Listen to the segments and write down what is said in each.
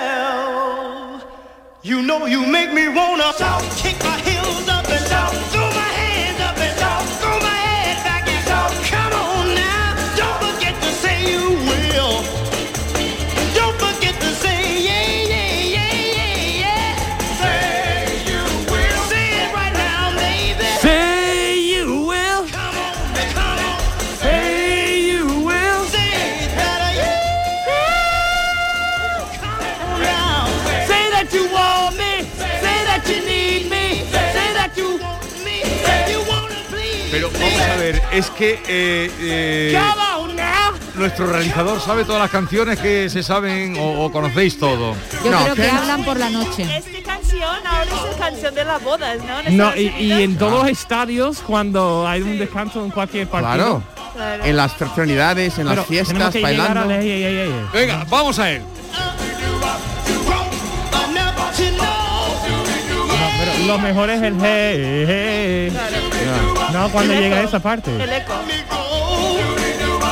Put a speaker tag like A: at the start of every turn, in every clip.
A: Well, you know you make me wanna shout, kick my heels up and down, throw my hands up and down, throw my head back and down. Come on now, don't forget to say you will. Don't forget to say yeah, yeah, yeah, yeah, yeah. Say you will. Say it right now, baby.
B: Say you will.
A: Come on, baby, come on.
B: Say you will.
A: Say it better, yeah. Come on now, baby.
B: Say that you want me. Say that you need me. Say that you
C: Pero vamos a ver, es que eh, eh,
B: Come on now.
C: nuestro realizador sabe todas las canciones que se saben o, o conocéis todo.
D: Yo
C: No,
D: creo que
C: ¿qué?
D: hablan por la noche.
E: Esta canción ahora es la canción de las bodas, ¿no? En
B: No,
E: Estados
B: y, y
E: Unidos.
B: en todos los estadios cuando hay un descanso en cualquier partido.
F: Claro.
E: Claro.
F: En las fraternidades, en las
B: pero tenemos
F: fiestas,
B: que llegar
F: bailando.
B: a la- ey, ey, ey, ey.
C: Venga, vamos a él.
B: Pero lo mejor es el hey, hey, hey. No, cuando
E: El
B: llega
E: eco.
B: esa parte.
E: El eco.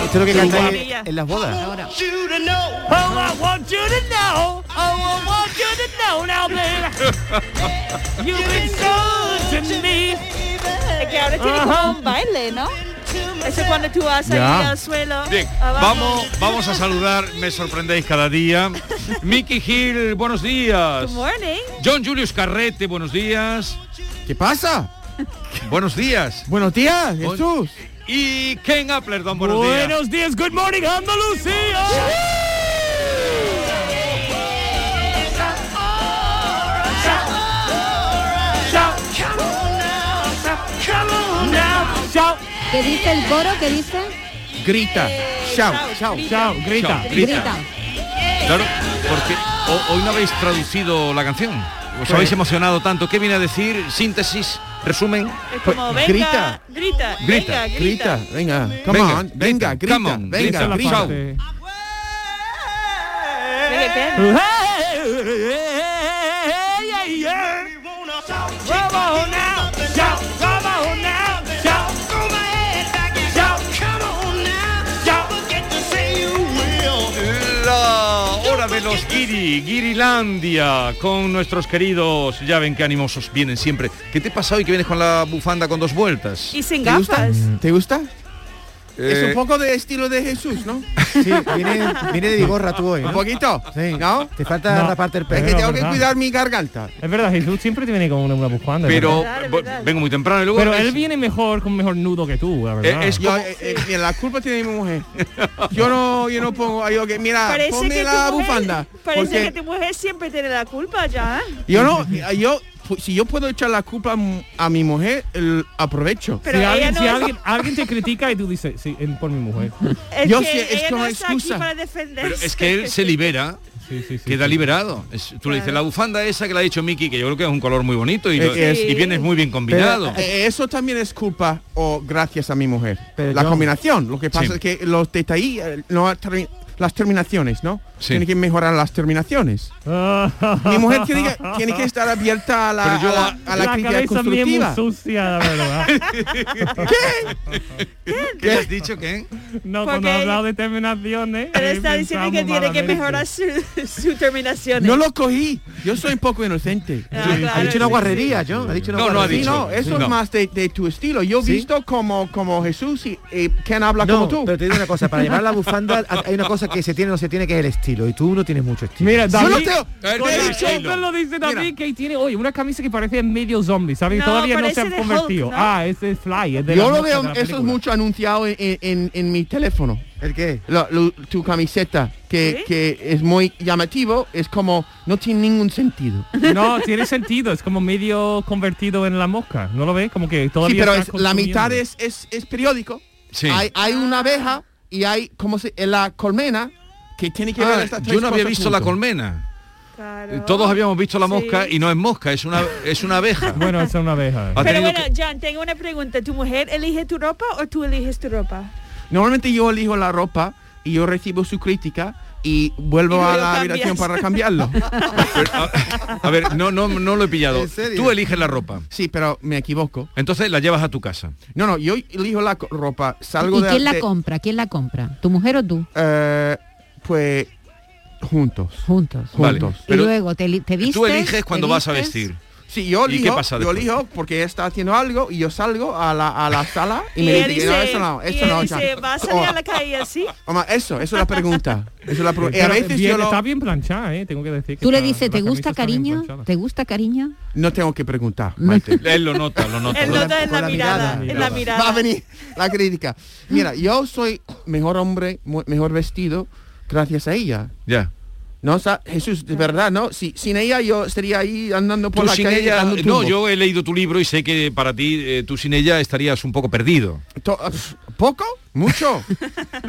F: Esto es lo que cantáis
E: guap.
F: en las bodas.
D: Ahora.
B: Oh, I want you to know. Oh, I want you to know now, baby. You've been good to me.
E: Es que ahora tiene
B: Ajá.
E: como un baile, ¿no? Eso es cuando tú vas ahí
F: Ya.
E: al suelo.
C: Bien,
E: abajo.
C: vamos, vamos a saludar, me sorprendéis cada día. Mickey Hill, buenos días.
E: Good morning.
C: John Julius Carrete, buenos días.
F: ¿Qué pasa?
C: Buenos días.
F: Buenos días, Jesús.
C: Y Ken Appler, don, buenos días.
B: Buenos días, good morning, Andalucía. Chao,
D: ¿Qué dice el coro? ¿Qué dice?
F: Grita.
E: Eh,
F: Chao, chao.
B: chao, grita.
C: Chao. Grita.
D: Grita.
C: Claro, porque ho- hoy no habéis traducido la canción. Os habéis emocionado tanto. ¿Qué viene a decir? Síntesis, resumen.
E: Es como,
F: Pues,
E: venga,
F: grita.
E: grita, grita,
C: Grita,
E: venga, grita.
F: Grita, venga. Come
C: Venga,
F: on,
C: grita,
F: venga, grita.
C: come on,
B: Esa
F: Venga,
B: es la
F: grita.
B: parte.
E: Venga, ¿qué?
B: Hey, hey, hey. Come on now, chao, come on now, chao,
C: La hora de los guiri, guirilandia, con nuestros queridos, ya ven qué animosos vienen siempre. ¿Qué te pasa hoy que vienes con la bufanda con dos vueltas?
E: Y sin
F: ¿Te gusta?
E: gafas.
F: ¿Te gusta? Es
C: Eh,
F: un poco de estilo de Jesús, ¿no?
G: Sí, viene, viene de bigorra tú hoy,
F: Un
G: ¿no?
F: poquito.
G: Sí.
F: ¿No?
G: Te falta
B: No.
G: la parte del
F: Es
G: pelo.
F: que
B: Pero,
F: tengo que
B: ¿verdad?
F: cuidar mi garganta.
B: Es verdad, Jesús siempre te viene con una, una bufanda.
C: Pero
B: ¿verdad?
E: Claro,
C: bo-
E: verdad.
C: vengo muy temprano y luego...
B: Pero
C: es-
B: él viene mejor con mejor nudo que tú, la verdad.
C: Eh, es-
F: Yo, eh, eh, mira, la culpa tiene mi mujer. Yo no, yo no pongo, yo que mira,
E: Parece
F: ponme
E: que
F: la
E: tu mujer-
F: bufanda.
E: Parece
F: porque
E: que tu mujer siempre tiene la culpa ya. ¿eh?
F: yo no, yo pues, si yo puedo echar la culpa a m- a mi mujer, el- aprovecho.
E: Pero
B: si
E: ella
B: alguien,
E: no
B: si
E: es-
B: alguien, alguien te critica y tú dices, sí, es por mi mujer.
E: Es
F: Yo
E: que
F: sé, es
E: ella
F: como
E: no está
F: excusa.
E: aquí para defenderse.
C: Pero es que él se libera,
B: Sí, sí, sí,
C: queda
B: sí.
C: liberado. Es- tú le dices, la bufanda esa que le ha dicho Miki, que yo creo que es un color muy bonito y,
F: Eh,
C: lo-
F: eh,
C: y
E: sí.
C: vienes muy bien combinado.
F: Eh, Eso también es culpa o gracias a mi mujer.
G: Pero
F: la
G: yo-
F: combinación. Lo que pasa
C: Sí.
F: es que los detalles, no, termi- las terminaciones, ¿no?
C: Sí.
F: Tiene que mejorar las terminaciones.
B: Ah.
F: Mi mujer tiene que, tiene que estar abierta a la,
C: Pero yo-
F: a la- a la
B: la
F: crítica
B: cabeza mía es muy
F: constructiva.
B: sucia, la verdad.
C: ¿Qué has dicho, Ken?
B: No,
E: Porque
B: cuando he hablado de terminaciones.
E: Pero
B: eh,
E: está diciendo que
B: pensamos
E: tiene
B: malamente.
E: que mejorar su, su terminación.
F: No lo cogí. Yo soy un poco inocente.
E: Ah,
B: Sí, ha
G: Ha
E: claro,
G: dicho una
E: sí,
G: guarrería, yo. Ha dicho una
C: No, no ha
G: guarrería.
F: Sí,
C: dicho.
F: no, eso
C: No.
F: es más de, de tu estilo. Yo he
G: ¿Sí?
F: visto como, como Jesús y, y Ken habla
G: No,
F: como tú.
G: pero te digo una cosa, para llevar la bufanda ha- hay una cosa que se tiene o no se tiene que es el estilo y tú no tienes mucho estilo.
B: Mira,
F: Yo
B: David.
F: no tengo...
C: ver,
B: con
C: ¿qué
B: el
C: dice?
B: Chopper lo dice David
F: Mira.
B: que tiene oye una camisa que parece medio zombie sabes
E: No,
B: todavía no se
E: parece
B: ha
E: de
B: convertido
E: Hulk, ¿no?
B: ah ese es fly es de
F: Yo
B: las
F: lo
B: notas de
F: veo,
B: la
F: eso es
B: película.
F: mucho anunciado en, en- en mi teléfono.
G: ¿El qué?
F: La- lo- tu camiseta, que,
E: ¿Sí?
F: que es muy llamativo, es como, no tiene ningún sentido.
B: no tiene sentido es como medio convertido en la mosca no lo ves como que
F: Sí,
B: todavía
F: pero
B: está
F: es- la mitad
B: consumiendo.
F: es, es, es periódico.
C: Sí.
F: Hay, hay una abeja y hay, como se, en la colmena, que tiene que ver
C: Ah,
F: estas
C: yo
F: tres
C: no había
F: cosas
C: visto la
F: juntos.
C: colmena.
E: claro.
C: Todos habíamos visto la mosca
E: Sí.
C: y no es mosca, es una, es una abeja.
B: bueno esa es una abeja
F: Ah,
C: Ha
E: Pero
C: tenido
E: bueno,
C: que-
E: Jan, tengo una pregunta. ¿Tu mujer elige tu ropa o tú eliges tu ropa?
F: Normalmente yo elijo la ropa y yo recibo su crítica y vuelvo
E: Y luego
F: a la
E: cambias.
F: habitación para cambiarlo.
C: Pero, a, a ver, no, no, no lo he pillado.
F: ¿En serio?
C: Tú eliges la ropa.
F: Sí, pero me equivoco.
C: Entonces la llevas a tu casa.
F: No, no, yo elijo la co- ropa, salgo
D: ¿Y
F: de
D: quién la
F: de-
D: compra? ¿Quién la compra? ¿Tu mujer o tú?
F: eh, pues juntos.
D: Juntos.
C: Vale.
F: Juntos.
D: Y
C: Pero
D: luego te, li- te vistes.
C: Tú eliges cuando
D: te
C: vas a
D: vistes.
C: vestir.
F: Sí, yo
C: ¿Y qué
F: elijo,
C: pasa
F: yo
C: después?
F: elijo porque ella está haciendo algo y yo salgo a la, a la sala y,
E: Y
F: me
E: él
F: dice, no,
E: dice,
F: eso no,
E: y
F: eso
E: él
F: no,
E: dice,
F: Chan".
E: ¿va a salir a
F: Oh,
E: la calle así?
F: mamá, eso, eso es la pregunta. Eso es la pregunta. Y a
B: Pero
F: veces
B: bien-
F: yo lo-
B: Está bien planchada, ¿eh? Tengo que decir que
E: Ah.
D: Tú le
B: está-
D: dices, ¿te
B: la
D: gusta
B: camisa está bien
D: cariño?
B: planchada.
D: ¿Te gusta cariño?
F: no tengo que preguntar, Maite.
C: Él lo nota, lo nota.
E: Él
C: Lo-
E: nota en
G: con
E: la,
G: la
E: mirada,
G: mirada.
E: en la mirada.
F: Va a venir la crítica. Mira, yo soy mejor hombre, mu- mejor vestido gracias a ella.
C: Ya.
F: No, o sea, Jesús, de verdad, ¿no? Si, sin ella yo estaría ahí andando por
C: Tú
F: la
C: sin
F: calle.
C: ella,
F: dando
B: eh,
C: no,
F: tumbos.
C: yo he leído tu libro y sé que para ti, eh, tú sin ella estarías un poco perdido.
F: To- pf, ¿Poco? ¿Mucho?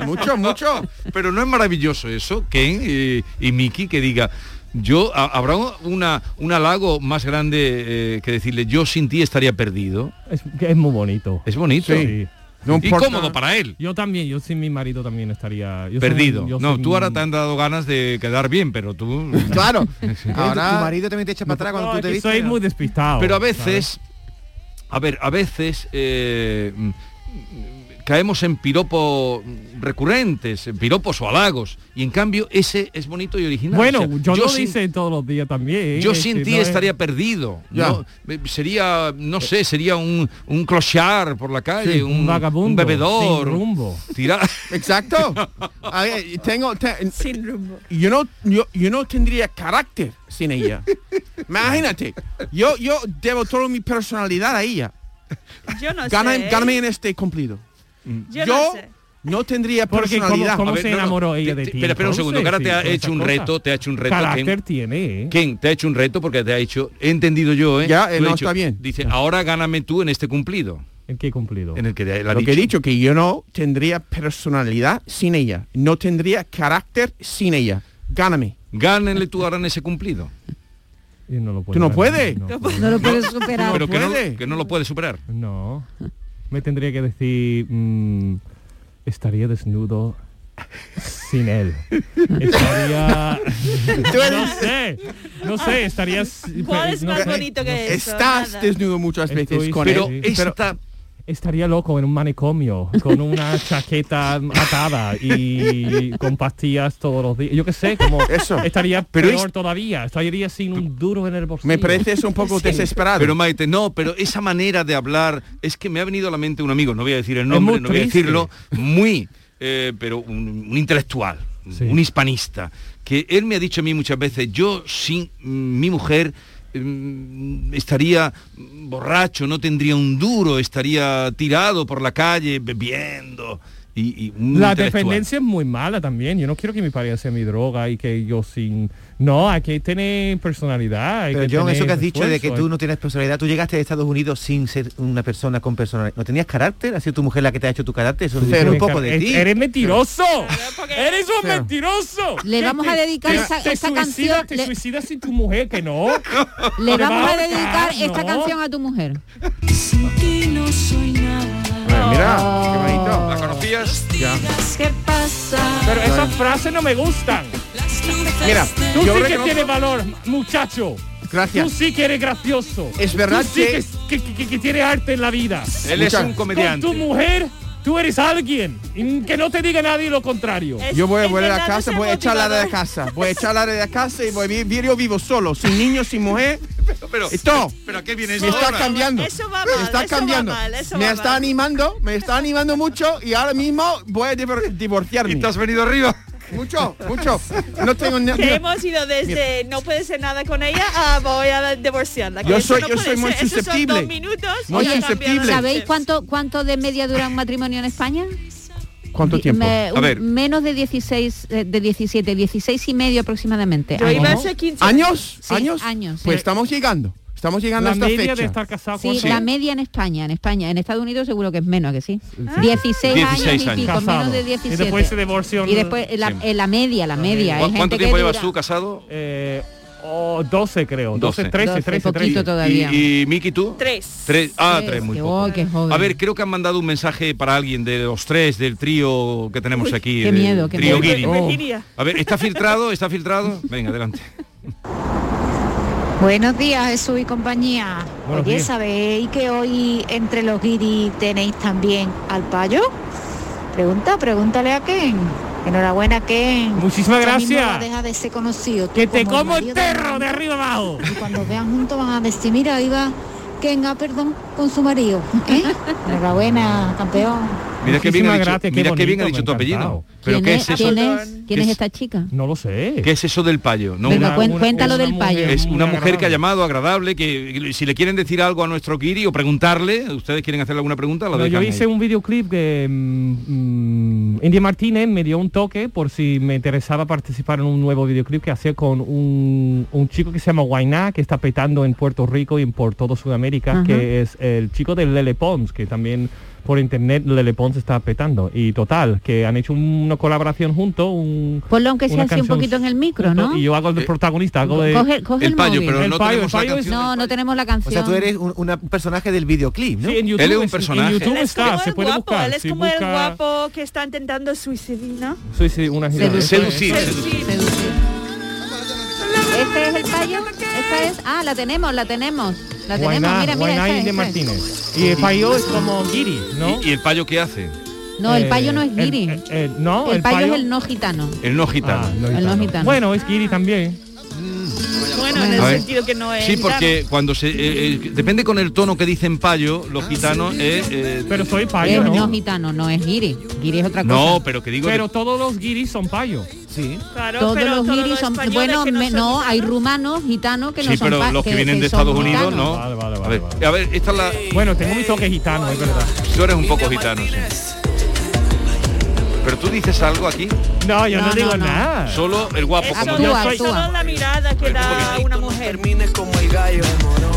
F: ¿Mucho, mucho?
C: Pero no es maravilloso eso, Ken eh, y Miki, que diga, yo, ha- ¿habrá una, un halago más grande eh, que decirle, yo sin ti estaría perdido?
B: Es, que es muy bonito.
C: Es bonito.
B: Sí.
F: No
C: Y
F: importa.
C: cómodo para él.
B: Yo también, yo sin mi marido también estaría... yo soy
C: Perdido.
B: un- yo
C: no,
B: soy
C: tú ahora
B: un-
C: te han dado ganas de quedar bien, pero tú...
F: Claro.
G: Ahora... Tu,
F: Ahora...
G: marido también te echa para atrás
B: No,
G: cuando tú
B: es
G: te
B: que
G: vistes.
B: soy muy despistado.
C: Pero a
B: ¿sabes?
C: veces, a ver, a veces eh, mm, mm, caemos en piropos recurrentes, en piropos o halagos, y en cambio ese es bonito y original.
B: Bueno,
C: O sea,
B: yo, lo
C: sin-
B: hice todos los días también.
C: Yo
B: ¿eh?
C: sin
B: Que
C: ti
B: no es-
C: estaría perdido.
F: Ya.
C: No, eh, sería, no sé, sería un, un clochar por la calle,
B: Sí,
C: un,
B: un vagabundo,
C: un bebedor.
B: sin rumbo.
C: Tirar.
F: Exacto. A ver, tengo... te-
E: Sin rumbo.
F: yo no yo, yo no tendría carácter sin ella. Imagínate, yo yo debo toda mi personalidad a ella.
E: Yo no
F: Gana,
E: sé.
F: gáname en este cumplido.
E: Ah, ¿eh? Yo, no
F: Yo
E: sé.
F: no tendría
B: Porque ¿cómo-
F: personalidad.
B: cómo
C: A ver,
B: se
C: no, no,
B: enamoró
C: te- te-
B: ella de ti?
C: espera, espera un segundo, que ahora te ha
B: entonces, y
C: hecho un
B: todas esas
C: reto, te ha hecho un reto,
B: Carácter
C: Ken.
B: tiene, ¿eh?
C: Ken, te ha hecho un reto porque te ha hecho, he entendido yo, ¿eh?
F: Ya,
C: Tú
F: eh,
C: le
F: no,
C: has dicho,
F: está bien.
C: Dice, ahora gáname tú en este cumplido.
B: ¿En qué cumplido?
C: En el que le ha
F: Lo
C: dicho.
F: que he dicho que yo no tendría personalidad sin ella. No tendría carácter sin ella. Gáname.
C: Gánenle tú ahora en ese cumplido.
B: Y no lo puedo
F: no
B: ganar,
F: puedes.
B: No,
D: No lo puedes
F: No,
D: superar.
C: pero que no,
F: puede.
C: que no lo puede superar.
B: No. Me tendría que decir... mm, estaría desnudo sin él. Estaría... no sé. No sé, estaría... pues,
E: ¿Cuál es
B: no
E: más
B: sé.
E: bonito que eso?
F: Estás
E: Nada.
F: desnudo muchas veces
B: Estoy-
F: con
C: Pero
F: él.
B: pero-
C: esta
B: Estaría loco en un manicomio con una chaqueta atada y con pastillas todos los días. Yo qué sé, como
F: Eso.
B: estaría
F: Pero
B: peor
F: es-
B: todavía. Estaría sin un duro en el bolsillo.
F: Me parece eso un poco desesperado.
C: Pero Maite, no, pero esa manera de hablar, es que me ha venido a la mente un amigo, no voy a decir el nombre,
B: muy
C: no voy a
B: triste.
C: decirlo, muy, eh, pero un, un intelectual,
B: Sí.
C: un hispanista, que él me ha dicho a mí muchas veces, yo sin mm, mi mujer mm, estaría mm, borracho, no tendría un duro, estaría tirado por la calle bebiendo. Y, y un
B: La
C: intelectual.
B: dependencia es muy mala también. Yo no quiero que mi pareja sea mi droga y que yo sin... No, hay que tener personalidad. hay
G: Pero John,
B: tener
G: eso que has dicho de que
B: esfuerzo, eh.
G: tú no tienes personalidad, tú llegaste de Estados Unidos sin ser una persona con personalidad. ¿No tenías carácter? ¿Ha sido tu mujer la que te ha hecho tu carácter? Eso dice
F: Cero.
G: un poco de
B: Eres-
G: ti.
B: Eres mentiroso.
E: porque-
B: Eres un
F: Cero.
B: mentiroso.
D: Le
B: Que
D: vamos a
B: te-
D: dedicar
B: te-
D: esa-
B: te
D: esa
B: suicidas-
D: canción,
B: Te
D: le-
B: suicidas sin tu mujer, que no.
D: Le
B: Te
D: vamos
B: va
D: a
B: a
D: dedicar
B: ahorcar,
D: esta
B: ¿no?
D: canción a tu mujer.
F: Ah, mira, qué bonito.
C: ¿La conocías?
B: Pero esas frases no me gustan.
F: Mira,
B: Tú
F: yo
B: sí que
F: reconozco-
B: tienes valor, muchacho. Tú
F: Gracias.
B: sí que eres gracioso.
F: Es verdad
B: Tú sí
F: que-
B: que, que, que- que tienes arte en la vida.
C: Él es
F: Escucha,
C: un
B: Con
C: comediante.
B: tu mujer, tú eres alguien. Y Que no te diga nadie lo contrario.
E: Es-
F: Yo voy a
E: en
F: volver a
E: verdad no
F: casa,
E: sea
F: voy a echarla de la
E: motivador.
F: casa. Voy a echarla de la casa y voy a vivir yo vivo solo, sin niños, sin mujer.
C: Pero,
F: Esto.
C: pero ¿a qué viene esto?
F: Me está
C: ahora?
F: cambiando.
E: Eso va
F: me
E: mal,
F: está
E: eso va
F: cambiando.
E: mal, eso
F: me
E: va
F: está
E: mal.
F: animando, me está animando mucho y ahora mismo voy a divor- divorciarme.
C: ¿Y te has venido arriba?
F: Mucho, mucho. No tengo ni-
E: Que hemos ido desde no puede ser nada con ella a voy a divorciarla. que
F: Yo
E: eso
F: soy-
E: no
F: yo
E: puede
F: soy muy
E: ser. pues Esos son
F: susceptible.
E: dos minutos y
F: Muy
E: ya cambia la
F: susceptible.
E: gente.
D: ¿Sabéis cuánto, cuánto de media dura un matrimonio en España?
F: ¿Cuánto tiempo?
D: Me- un-
C: ver.
D: Menos de 16, eh, de 17, 16 y medio aproximadamente.
E: Yo
D: Ah,
E: iba a ser 15.
F: ¿Años?
D: Sí,
F: ¿Años?
D: años, sí.
F: Pues estamos llegando. Estamos llegando
B: La
F: a esta
B: media
F: fecha.
B: de estar casado
D: Sí,
B: Juanchi.
D: la media en España, en España, en Estados Unidos seguro que es menos, ¿a que sí.
C: Ah.
D: 16,
C: 16
D: años y pico,
B: años.
D: menos de
B: Casado.
D: 17.
B: Y después se divorció,
D: Y
B: ¿no?
D: después eh, la,
C: Sí.
D: eh, la media, la media. hay
C: ¿Cuánto
D: gente que
C: tiempo llevas
D: dura
C: tú casado?
B: Eh, o 12 creo, 12,
C: 12.
B: 13,
D: 12,
B: 13,
D: poquito
B: 13.
D: todavía.
C: ¿Y, y Miki tú?
E: Tres.
C: Tres. Ah,
D: Tres,
C: tres, muy
D: qué
C: poco.
D: bo- qué joven.
C: A ver, creo que han mandado un mensaje para alguien de los tres del trío que tenemos aquí.
D: qué
C: del
D: miedo, qué
C: trío
D: miedo.
C: Guiri.
B: Oh.
E: Virginia.
C: A ver, ¿está filtrado? ¿Está filtrado? Venga, adelante.
H: Buenos días, Jesús y compañía.
B: Buenos
H: Oye,
B: días.
H: ¿sabéis que hoy entre los guiris tenéis también al payo? Pregunta, pregúntale a Ken. Enhorabuena, Ken.
B: Muchísimas
H: Tú mismo
B: gracias.
H: no deja de ser conocido. Tú
B: Que te
H: como el
B: como el
H: marido
B: perro de
H: Amanda.
B: arriba abajo.
H: Y cuando os vean juntos van a decir, mira, ahí va Ken, ah, perdón, con su marido. ¿eh? Enhorabuena, campeón.
C: Mira qué bien
B: Muchísimas
C: ha dicho,
B: gracias, qué
C: mira qué bien
B: bonito,
C: ha
B: me
C: dicho tu
B: ha
C: apellido.
B: encantado.
C: ¿Pero
D: ¿Quién,
C: qué
D: es,
C: es eso?
D: quién es- quién
C: ¿Qué
D: es
C: es-
D: esta chica?
B: No lo sé.
C: ¿Qué es eso del payo? No,
D: Venga,
C: una-
D: cuen- cuéntalo del
B: mujer
D: payo.
C: es una mujer que
B: muy
C: ha
B: agradable.
C: llamado agradable, que si le quieren decir algo a nuestro Kiri o preguntarle, ustedes quieren hacerle alguna pregunta, la
B: No, yo
C: dejan
B: hice
C: ahí.
B: un videoclip que mm, mm, India Martínez me dio un toque por si me interesaba participar en un nuevo videoclip que hacía con un, un chico que se llama Guainá, que está petando en Puerto Rico y en por todo Sudamérica,
D: Ajá.
B: que es el chico de Lele Pons, que también por internet Lele Pons está petando. Y total, que han hecho una colaboración junto, un...
D: Ponlo aunque sea
B: una
D: así un
B: canción
D: poquito en el micro, ¿no?
B: Y yo hago el protagonista, hago de...
D: Coge, coge el,
C: Eh, el payo,
D: móvil.
C: pero
B: El
C: no
B: payo,
C: tenemos
B: el
C: la
B: payo es-
C: canción.
D: No, no tenemos la canción.
G: O sea, tú eres un, una- un personaje del videoclip, ¿no?
B: Sí, en YouTube
C: Él es un
B: en
C: personaje.
B: YouTube
E: Él es
B: está,
E: como
B: se
E: el
B: puede
E: guapo,
B: buscar.
E: él es
B: si
E: como el
B: busca-
E: guapo que está intentando suicidarse.
B: Sí, sí, una
D: Seducir.
C: Seducir, seducir.
D: Este es el payo. Esta es. Ah, la tenemos, la tenemos. La tenemos. Mira,
B: Guainá,
D: mira,
B: Guainá
D: esta es,
B: India
D: esta es.
B: Martínez. Y el payo es como Giri, ¿no?
C: ¿Y, y el payo qué hace?
D: No, el payo no es
B: Eh,
D: guiri.
B: el-
D: El,
B: el- el- no, el
D: payo
B: payo-
D: es el no gitano.
C: El no
B: Ah,
C: gitano.
B: no
D: El no
B: gitano.
D: gitano.
B: Bueno, es Giri también.
E: Bueno, en el
C: A ver.
E: sentido que no es.
C: Sí, porque cuando se... eh, eh, depende con el tono que dicen payo, los gitanos es... eh,
B: Ah, Pero soy
D: Es
B: payo,
D: no.
B: ¿no?
D: gitano, no es guiri. Guiri es otra cosa.
C: no, pero que digo...
B: Pero todos los guiris son payo.
G: Sí.
E: Claro,
D: todos
E: pero
D: los
E: todos
D: guiris son
E: españoles
D: bueno
E: que
D: me-
E: son
D: no hay
E: gitanos.
D: rumanos gitanos que no
C: sí,
D: son
C: pero
D: pa-
C: los que vienen de
D: son
C: Estados Unidos,
D: gitanos.
C: ¿no.
B: Vale, vale,
C: a,
B: vale,
C: ver,
B: vale.
C: a ver, esta es la...
B: Bueno, tengo mi toque gitano, es verdad.
C: Tú eres un poco gitano, sí. Pero tú dices algo aquí,
B: No, yo
D: No,
B: no,
D: no,
B: digo
D: no.
B: nada.
C: solo el guapo.
E: Eso,
C: como
D: Actúa,
C: yo.
E: eso
D: actúa.
E: no es la mirada que da una mujer.
I: Termines como el gallo,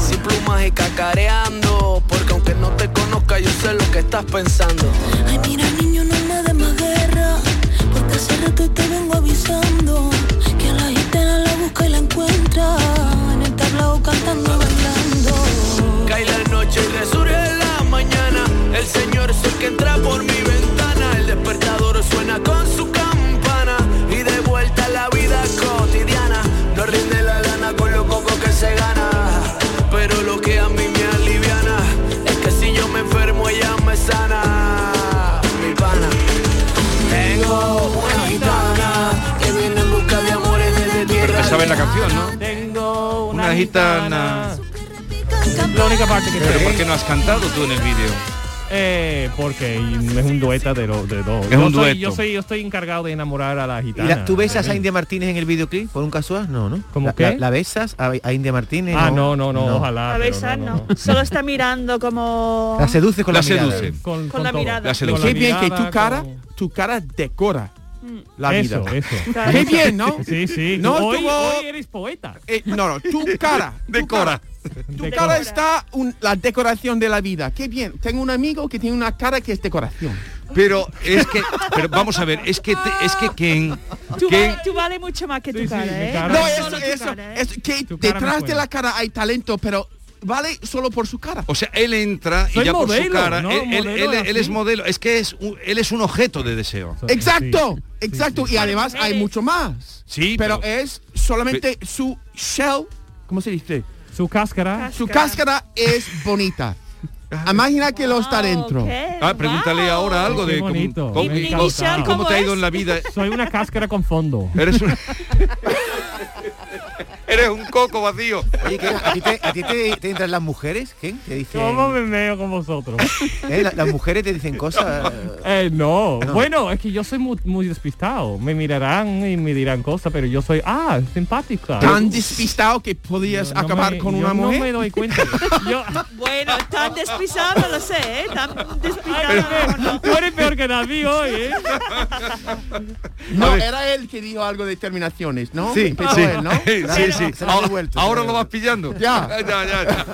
I: sin plumas y cacareando, porque aunque no te conozca yo sé lo que estás pensando.
H: Ay, mira, niño, no me des más guerra. Porque hace rato te vengo avisando que a la gitana la busca y la encuentra. En el tablao cantando y bailando.
I: Cae la noche y resurge la mañana, el Señor es el que entra por mi ventana, el despertador suena con su campana y de vuelta a la vida cotidiana, no rinde la lana con lo poco que se gana, pero lo que a mí me aliviana es que si yo me enfermo ella me sana, mi pana. Tengo una gitana que viene en busca de amores desde
C: Pero
I: tierra.
C: te sabes la canción, ¿no?
B: Tengo una,
C: Una gitana.
B: gitana. La única parte que
C: Pero
B: sé.
C: ¿por qué no has cantado tú en el vídeo?
B: Eh, porque es un dueta de, los de dos.
C: Es
B: yo
C: un
B: soy,
C: dueto.
B: Yo, soy, yo estoy encargado de enamorar a la
G: ¿Y
B: gitana.
G: la- ¿Tú besas a India Martínez en el videoclip por un casual? No, ¿no?
B: ¿Cómo
G: la,
B: qué?
G: la- la besas a, a India Martínez?
B: Ah, no, no, no, ojalá.
E: A
B: pero
E: besar
B: no,
E: no. Solo está mirando como.
G: La seduces con
C: La
G: la, mirada.
C: seduces.
B: Con,
E: Con la
B: todo.
E: mirada.
C: La seducción.
F: Qué bien que tu
B: mirada,
F: cara,
B: con-
F: tu cara decora
E: Mm.
F: la
B: Eso,
F: vida.
B: eso.
E: Claro.
F: Qué bien, ¿no?
B: Sí, sí.
F: No,
B: hoy,
F: tuvo-
B: hoy eres poeta.
F: Eh, no, no, tu cara. tu
C: Decora.
F: Tu
B: Decora.
F: cara está un- la decoración de la vida. Qué bien. Tengo un amigo que tiene una cara que es decoración.
C: Pero es que, pero vamos a ver, es que te- es que Ken,
E: Tú,
C: Ken-
E: vale, tú vale mucho más que tu
B: Sí, sí,
E: cara,
B: mi
E: ¿eh?
B: cara.
F: No,
B: es
F: eso,
E: solo tu
F: eso,
E: cara, ¿eh?
F: eso, que
B: Tu cara me
F: detrás de
B: suena.
F: la cara hay talento, pero vale solo por su cara.
C: o sea, él entra y
B: Soy
C: ya por su
B: modelo,
C: cara,
B: ¿no?
C: él, él-
B: Modelo
C: él-
B: es
C: él es
B: así.
C: modelo, es que es un- él es un objeto de deseo.
F: Exacto,
B: Sí.
F: exacto.
B: Sí,
F: Y además hay mucho más.
C: Sí,
F: pero,
C: pero-
F: es solamente su shell, ¿cómo se dice?
B: sí. Su cáscara.
F: Su cáscara es bonita. Imagina que lo está
E: Wow,
F: dentro.
E: qué
C: Ah, pregúntale
E: guau.
C: ahora algo
B: Qué
C: de cómo,
B: bonito.
C: cómo-
B: Me
C: cómo-
B: encanta.
C: cómo te ha ido
E: ¿Cómo
C: en la vida.
B: Soy una cáscara con fondo.
C: Eres un Eres un coco vacío.
G: Oye, ¿qué? ¿a ti, te, a ti te- te entran las mujeres? ¿Qué? Te dicen,
B: ¿Cómo me veo con vosotros?
G: eh, la- las mujeres te dicen cosas.
B: Eh, no. Bueno, es que yo soy muy, muy despistado. Me mirarán y me dirán cosas, pero yo soy, ah, simpática.
F: Tan despistado que podías
B: No me-
F: acabar con una
B: yo No me
F: mujer.
B: doy cuenta. Yo,
E: Bueno, tan despistado, lo sé, ¿eh? Tan
B: Ay,
E: despistado. no, no.
B: tú eres peor que David hoy, ¿eh?
F: No, era él que dijo algo de terminaciones, ¿no?
G: Sí,
F: Empezó
C: sí.
F: él, ¿no?
C: Sí, sí. sí.
G: se la he
C: Ahora,
G: devuelto,
C: ahora
G: se la
C: lo
G: he
C: vas pillando.
G: Ya.
C: ya, ya, ya.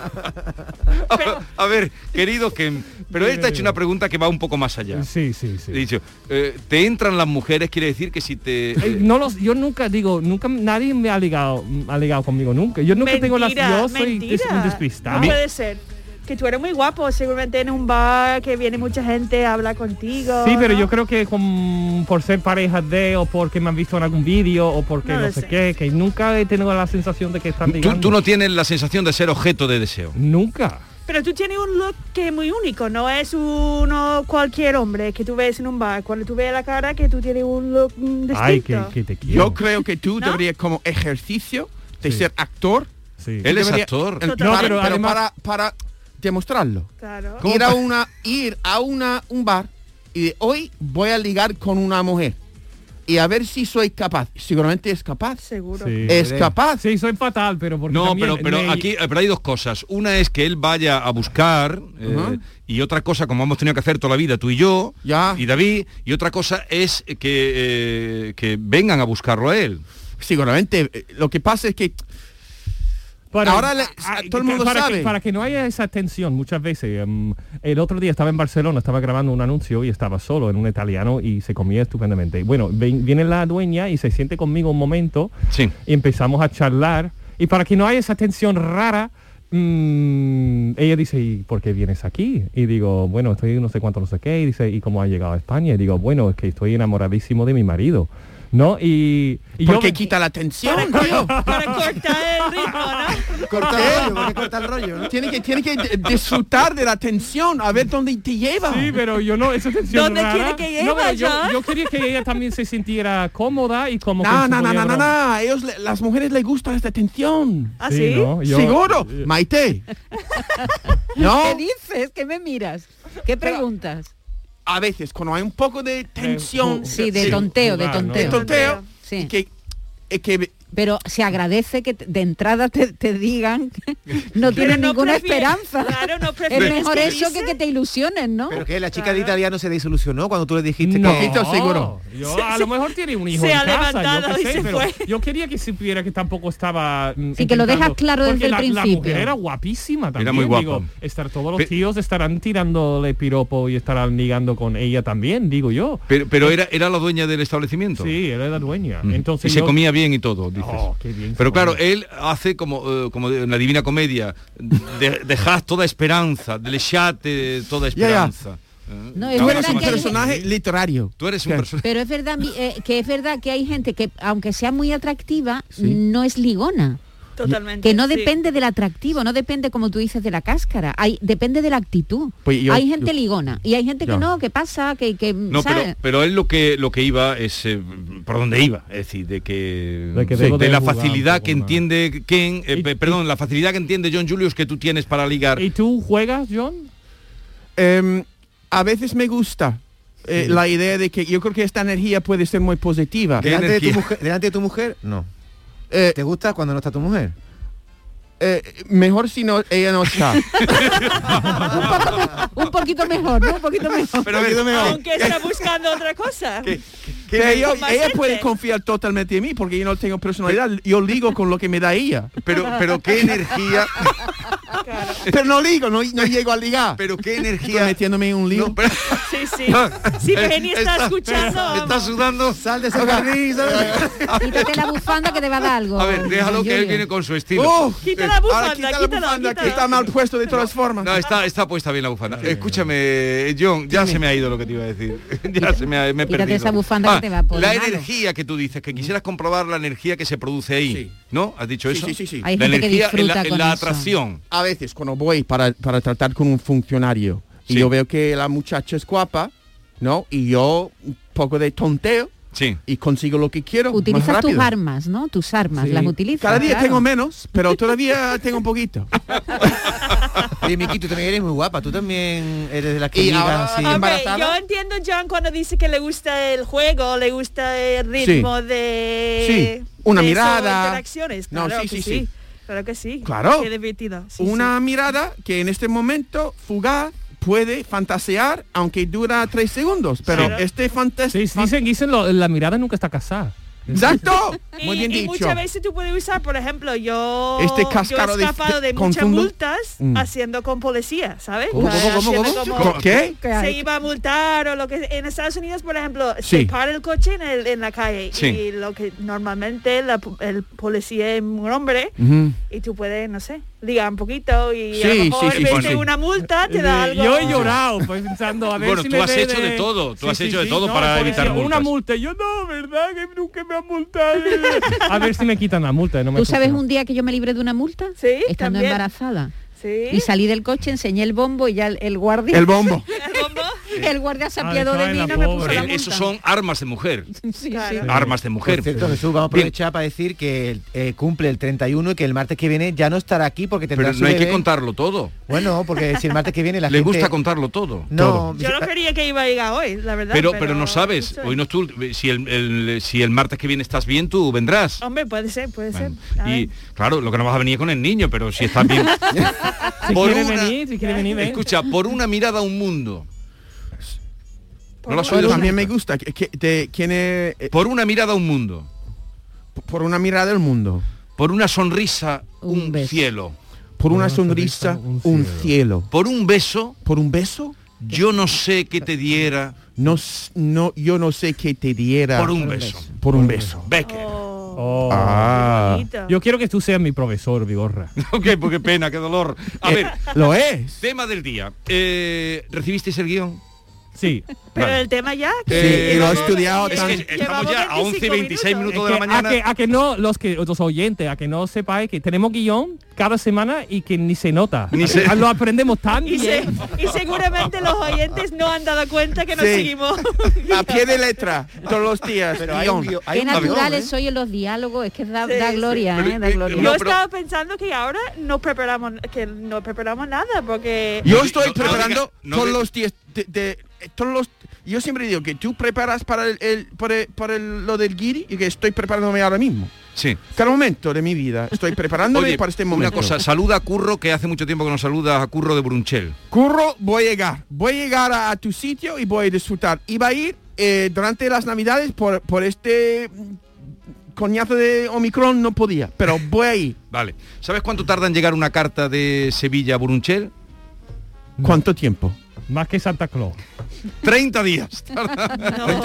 C: A ver, queridos, que pero él te ha hecho una pregunta que va un poco más allá.
B: Sí, sí, sí.
C: He dicho, eh, te entran las mujeres, quiere decir que si te
B: Eh, no los yo nunca digo nunca nadie me ha ligado mm, ha ligado conmigo nunca yo nunca tengo las
E: Mentira,
B: yo soy des-
E: mentira.
B: un despistado
E: No puede ser. Que tú eres muy guapo, seguramente en un bar que viene mucha gente, habla contigo.
B: sí pero
E: ¿no?
B: yo creo que con- por ser pareja de o porque me han visto en algún vídeo o porque
E: No
B: no,
E: lo
B: sé
E: sé.
B: qué que nunca he tenido la sensación de que están
C: tú,
B: ligando
C: tú no tienes la sensación de ser objeto de deseo.
B: nunca
E: Pero tú tienes un look que es muy único, no es uno cualquier hombre que tú ves en un bar. Cuando tú ves la cara que tú tienes un look mm, distinto.
B: te
F: Yo creo que tú deberías como ejercicio de ser actor.
C: Él es
F: Debería-
C: actor.
F: el-
C: No,
F: para,
C: pero
F: pero
C: además-
F: para, para demostrarlo.
E: Claro.
F: Ir a una ir a una un bar y de hoy voy a ligar con una mujer y a ver si soy capaz. Seguramente es capaz.
E: Seguro.
F: Es capaz.
B: Sí, soy fatal, pero porque
C: No,
B: también
C: pero, pero
B: me-
C: aquí eh, pero hay dos cosas. Una es que él vaya a buscar eh, y otra cosa, como hemos tenido que hacer toda la vida tú y yo y David, y otra cosa es que, eh, que vengan a buscarlo a él.
F: Seguramente. eh, Lo que pasa es que ahora le-
B: Ah,
F: todo el mundo
B: para
F: sabe.
B: Que, para que no haya esa tensión muchas veces. em, el otro día estaba en Barcelona, estaba grabando un anuncio y estaba solo en un italiano y se comía estupendamente. Y Bueno, ven- viene la dueña y se siente conmigo un momento y empezamos a charlar. Y para que no haya esa tensión rara, mm, ella dice, ¿y por qué vienes aquí? Y digo, bueno, estoy no sé cuánto, no sé qué. Y dice, ¿y cómo has llegado a España? Y digo, bueno, es que estoy enamoradísimo de mi marido. ¿No? Y, y
F: porque quita la tensión, tío.
E: Para cortar el ritmo,
F: ¿no?
G: Corta el rollo, porque corta el rollo, ¿no?
F: Tiene que, tiene que de- disfrutar de la tensión, a ver dónde te lleva.
B: Sí, pero yo no, esa tensión
F: ¿Dónde
B: rara-
F: quiere que
B: No, pero
F: lleva,
B: yo,
F: John?
B: yo quería que ella también se sintiera cómoda y como
F: No,
B: que
F: no,
B: se
F: no,
B: podía
F: no, no,
B: hablar.
F: no. Ellos, le- las mujeres les gusta esta atención.
B: ¿Ah, Sí, sí? ¿no? Yo-
F: Seguro.
B: Eh,
F: Maite. No.
D: ¿Qué dices? ¿Qué me miras? ¿Qué preguntas?
F: A veces, cuando hay un poco de tensión.
B: Eh,
D: ju- Sí, de tonteo, de jugar, ¿no?
F: De tonteo.
D: Sí.
F: y Que, es que
D: Pero se agradece que te- de entrada te, te digan que no tienes ninguna esperanza.
E: Claro, no
D: es
G: prefieres
D: mejor
G: que
D: eso que que te ilusionen, ¿no?
G: Pero que la chica de italiano se desilusionó cuando tú le dijiste
B: No,
G: que...
B: Yo, a lo mejor tiene un hijo
D: Se
B: en
D: ha
B: casa, yo
D: levantado
B: qué
D: y
B: sé,
D: se
B: pero
D: fue.
B: yo quería que supiera que tampoco estaba... mm,
D: Sí, que lo
B: intentando-
D: dejas claro desde
B: porque
D: el
B: la- La
D: principio.
B: mujer era guapísima también.
C: muy guapa.
B: digo, estar todos los
C: Pe-
B: tíos estarán tirándole piropo y estarán ligando con ella también, digo yo.
C: Pero, pero era, era la dueña del establecimiento.
B: Sí, era la dueña.
C: Mm.
B: Entonces
C: y se
B: yo-
C: comía bien y todo, dices.
B: Oh, qué bien se
C: Pero claro, él hace como, eh, como de- en la Divina Comedia, de- dejas toda esperanza, delechate toda
F: Ya, ya.
C: esperanza. Eh,
D: No, es
C: tú
D: verdad
C: eres un
D: que hay-
C: personaje
F: literario.
C: Tú eres un personaje.
D: Pero es verdad mi- eh, que es verdad que hay gente que aunque sea muy atractiva no es ligona.
E: Totalmente.
D: Que no
E: sí.
D: depende del atractivo, no depende, como tú dices, de la cáscara. Hay, depende de la actitud.
C: Pues yo-
D: hay gente
C: yo-
D: ligona y hay gente que
C: Ya.
D: no, que pasa, que, que
C: No, pero,
D: ¿sabes?
C: pero él lo que lo que iba es eh, por donde iba, es decir, de que,
B: De que
C: sí,
B: debo de
C: la
B: jugar un
C: facilidad
B: poco
C: que
B: más.
C: entiende Ken, eh, pe- perdón, la facilidad que entiende John Julius que tú tienes para ligar.
B: ¿Y tú juegas, John?
F: em, a veces me gusta eh, la idea de que yo creo que esta energía puede ser muy positiva.
G: Delante de, tu mujer, delante de tu mujer, no. ¿Te gusta cuando no está tu mujer?
F: Eh, mejor si no ella no está.
D: un poquito mejor, ¿no? Un poquito mejor.
F: Pero a ver,
E: Aunque está buscando otra cosa.
F: Que yo-
E: Con más
F: ella
E: gente.
F: puede confiar totalmente en mí porque yo no tengo personalidad. Yo ligo con lo que me da ella.
C: Pero, pero qué energía.
F: pero no ligo, no, no llego a ligar.
C: Pero qué energía.
F: metiéndome en un lío.
E: Sí, sí.
C: Ah.
E: Si Penny está escuchando.
C: Está sudando.
G: Sal de
F: ese
G: barril,
D: Quítate la bufanda que te va a dar algo.
C: A ver, déjalo que él
D: Julio.
C: viene con su estilo. Eh,
F: ¡Uf! Quita la bufanda, Ahora quita la quítala, bufanda, que quítala. está mal puesto de todas formas.
C: No, está, está puesta bien la bufanda. Escúchame, eh, John, ya se me ha ido lo que te iba a decir. ya se me ha me he
D: Quítate
C: perdido. Ah,
D: esa bufanda que te va a poner
C: La
D: malo.
C: energía que tú dices, que quisieras comprobar la energía que se produce ahí. ¿No? ¿Has dicho eso?
F: sí, sí, sí.
C: La energía en la, en la atracción.
F: A veces cuando voy para, para tratar con un funcionario y yo veo que la muchacha es guapa, ¿no? Y yo un poco de tonteo y consigo lo que quiero. más
D: Utilizas tus
F: rápido.
D: armas, ¿no? Tus armas,
F: Sí.
D: las utilizas.
F: Cada día
D: claro.
F: tengo menos, pero todavía tengo un poquito.
G: Oye, Miki, tú también eres muy guapa. Tú también eres de las que
F: Y
G: ligan
F: ahora-
G: así.
F: Hombre,
E: Hombre, yo entiendo a John cuando dice que le gusta el juego, le gusta el ritmo de
F: Sí, una
E: de
F: mirada.
E: esas interacciones.
F: No,
E: Claro
F: sí,
E: que
F: sí,
E: sí,
F: sí.
E: Claro que sí.
F: Claro.
E: Qué divertido. sí,
F: una
E: sí.
F: mirada que en este momento fugaz puede fantasear aunque dura tres segundos pero
B: Sí.
F: este fantasía
B: Dicen, dicen lo- la mirada nunca está casada.
F: ¡Exacto!
E: Y,
F: Muy bien
E: y
F: dicho.
E: muchas veces tú puedes usar, por ejemplo, yo,
F: Este
E: yo
F: cáscaro
E: he
F: de-
E: escapado de,
F: de-
E: muchas
F: confundo.
E: multas
F: Mm.
E: haciendo con policía, ¿sabes?
F: ¿Cómo, cómo, cómo,
E: Haciendo
F: cómo?
E: como-
F: ¿Qué?
E: Se iba a multar o lo que en Estados Unidos, por ejemplo,
F: Sí.
E: se para el coche en, el- en la calle
F: Sí.
E: y lo que normalmente la po- el policía es un hombre
F: Ujú.
E: y tú puedes, no sé, ligar un poquito y a
F: Sí,
E: lo mejor
F: sí, Eh, sí,
E: en vez
F: bueno.
E: de una
D: Ah,
E: multa te da algo.
B: Yo he llorado pensando a ver
C: Bueno,
B: si
C: tú
B: me
C: has
B: ve
C: hecho de todo, tú has hecho de todo
B: no,
C: para
B: porque
C: evitar
B: Una
C: multas.
B: multa, yo no, ¿verdad? Que nunca me han multado. a ver si me quitan la multa. No me
D: ¿Tú sabes
B: funciona.
D: un día que yo me libré de una multa?
E: Sí,
D: Estando
E: también.
D: embarazada.
E: Sí.
D: Y salí del coche, enseñé el bombo y ya el, el guardia...
C: El bombo.
D: el guardia se
C: Ah,
D: apiadó de mí y no me puso la
C: Eh,
D: multa.
C: Esos son armas de mujer.
D: Sí,
C: Claro.
D: sí.
C: Armas de mujer.
G: Por cierto, Jesús, vamos a
C: Bien.
G: aprovechar para decir que eh, cumple el 31 y que el martes que viene ya no estará aquí porque tendrá
C: Pero
G: su
C: no hay que
G: bebé.
C: contarlo todo.
G: Bueno, porque si el martes que viene la
C: Le
G: gente...
C: gusta contarlo todo.
G: No,
E: Yo no quería que iba a llegar hoy, la verdad.
C: Pero, pero no sabes, hoy no es tú, si el, el- si el martes que viene estás bien, tú vendrás.
E: Hombre, puede ser, puede ser. A
C: Y claro, lo que no vas a venir es con el niño, pero si estás bien.
B: Si quiere venir, si quiere venir, ven.
C: Escucha, por una mirada a un mundo. No lo has
F: Pero
C: oído
F: también
C: nunca.
F: me gusta. que- que- de- ¿Quién es? eh,
C: Por una mirada a un mundo.
F: Por una mirada al mundo.
C: Por una sonrisa un, cielo.
F: Por una sonrisa, un cielo.
C: Por un beso.
F: Por un beso.
C: Yo no sé qué te diera
F: No, s- no, yo no sé qué te diera.
C: Por un beso.
F: Por un beso.
C: Becker.
B: Oh.
F: Ah.
B: Yo quiero que tú seas mi profesor, Vigorra.
C: ok, porque pena, qué dolor. A ver.
B: Eh, lo es.
C: Tema del día. Eh, ¿Recibisteis el guión?
B: Sí.
E: Pero el tema ya.
C: Eh,
B: y lo he
C: llevamos-
B: estudiado
C: es
B: tan-
C: que Estamos ya a 11 y 26 minutos,
B: Es
C: de la
B: que
C: mañana.
B: A que, a que no, los que los oyentes, a que no sepáis que tenemos guión cada semana y que ni se nota. Ah,
C: Ni se-
B: Lo aprendemos tan
E: Y, se-
B: bien.
E: y seguramente los oyentes no han dado cuenta que nos
F: Sí.
E: seguimos.
F: A pie de letra, todos los días.
G: Pero hay
F: guión.
G: un ¿eh? guión,
D: Qué naturales soy en los diálogos, es que da, da gloria, ¿eh? Da gloria.
E: Yo estaba pensando que ahora no preparamos que no preparamos nada porque
F: Yo estoy preparando todos los días de, de- eh, todos los yo siempre digo que tú preparas para el, el- para, el- para el- lo del guiri y que estoy preparándome ahora mismo.
C: Sí.
F: Cada momento de mi vida estoy preparándome
C: Oye,
F: para este momento.
C: Una cosa, saluda a Curro, que hace mucho tiempo que no saludas a Curro de Brunchel.
F: Curro, voy a llegar. Voy a llegar a, a tu sitio y voy a disfrutar. Iba a ir eh, durante las navidades por, por este mm, coñazo de Omicron, no podía, pero voy a ir.
C: Vale. ¿Sabes cuánto tarda en llegar una carta de Sevilla a Brunchel?
F: ¿Cuánto tiempo?
B: Más que Santa Claus.
C: 30 días.
G: Cuenta,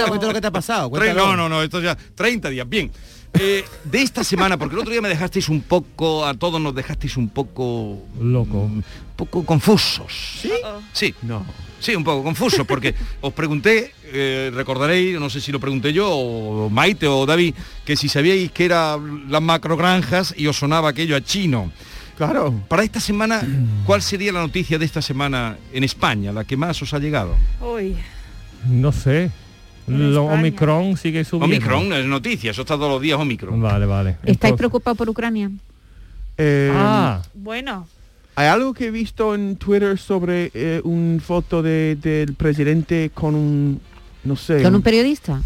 G: cuenta lo que te ha pasado.
C: Tre-
G: cuéntalo.
C: No, no, no, esto ya. 30 días. Bien. Eh, de esta semana, porque el otro día me dejasteis un poco, a todos nos dejasteis un poco
B: Loco.
C: poco confusos.
E: ¿Sí?
C: Sí.
F: No.
C: Sí, un poco confuso, porque os pregunté, eh, recordaréis, no sé si lo pregunté yo, o Maite o David, que si sabíais que eran las macrogranjas y os sonaba aquello a chino.
F: Claro.
C: Para esta semana, ¿cuál sería la noticia de esta semana en España, la que más os ha llegado?
E: Uy,
B: No sé. Lo Omicron sigue subiendo.
C: Omicron no es noticia, eso está todos los días Omicron.
B: Vale, vale.
D: ¿Estáis
B: Entonces-
D: preocupados por Ucrania?
F: Eh,
B: Ah.
E: bueno,
F: Hay algo que he visto en Twitter sobre eh, un foto de- del presidente con un, no sé,
D: ¿Con un periodista?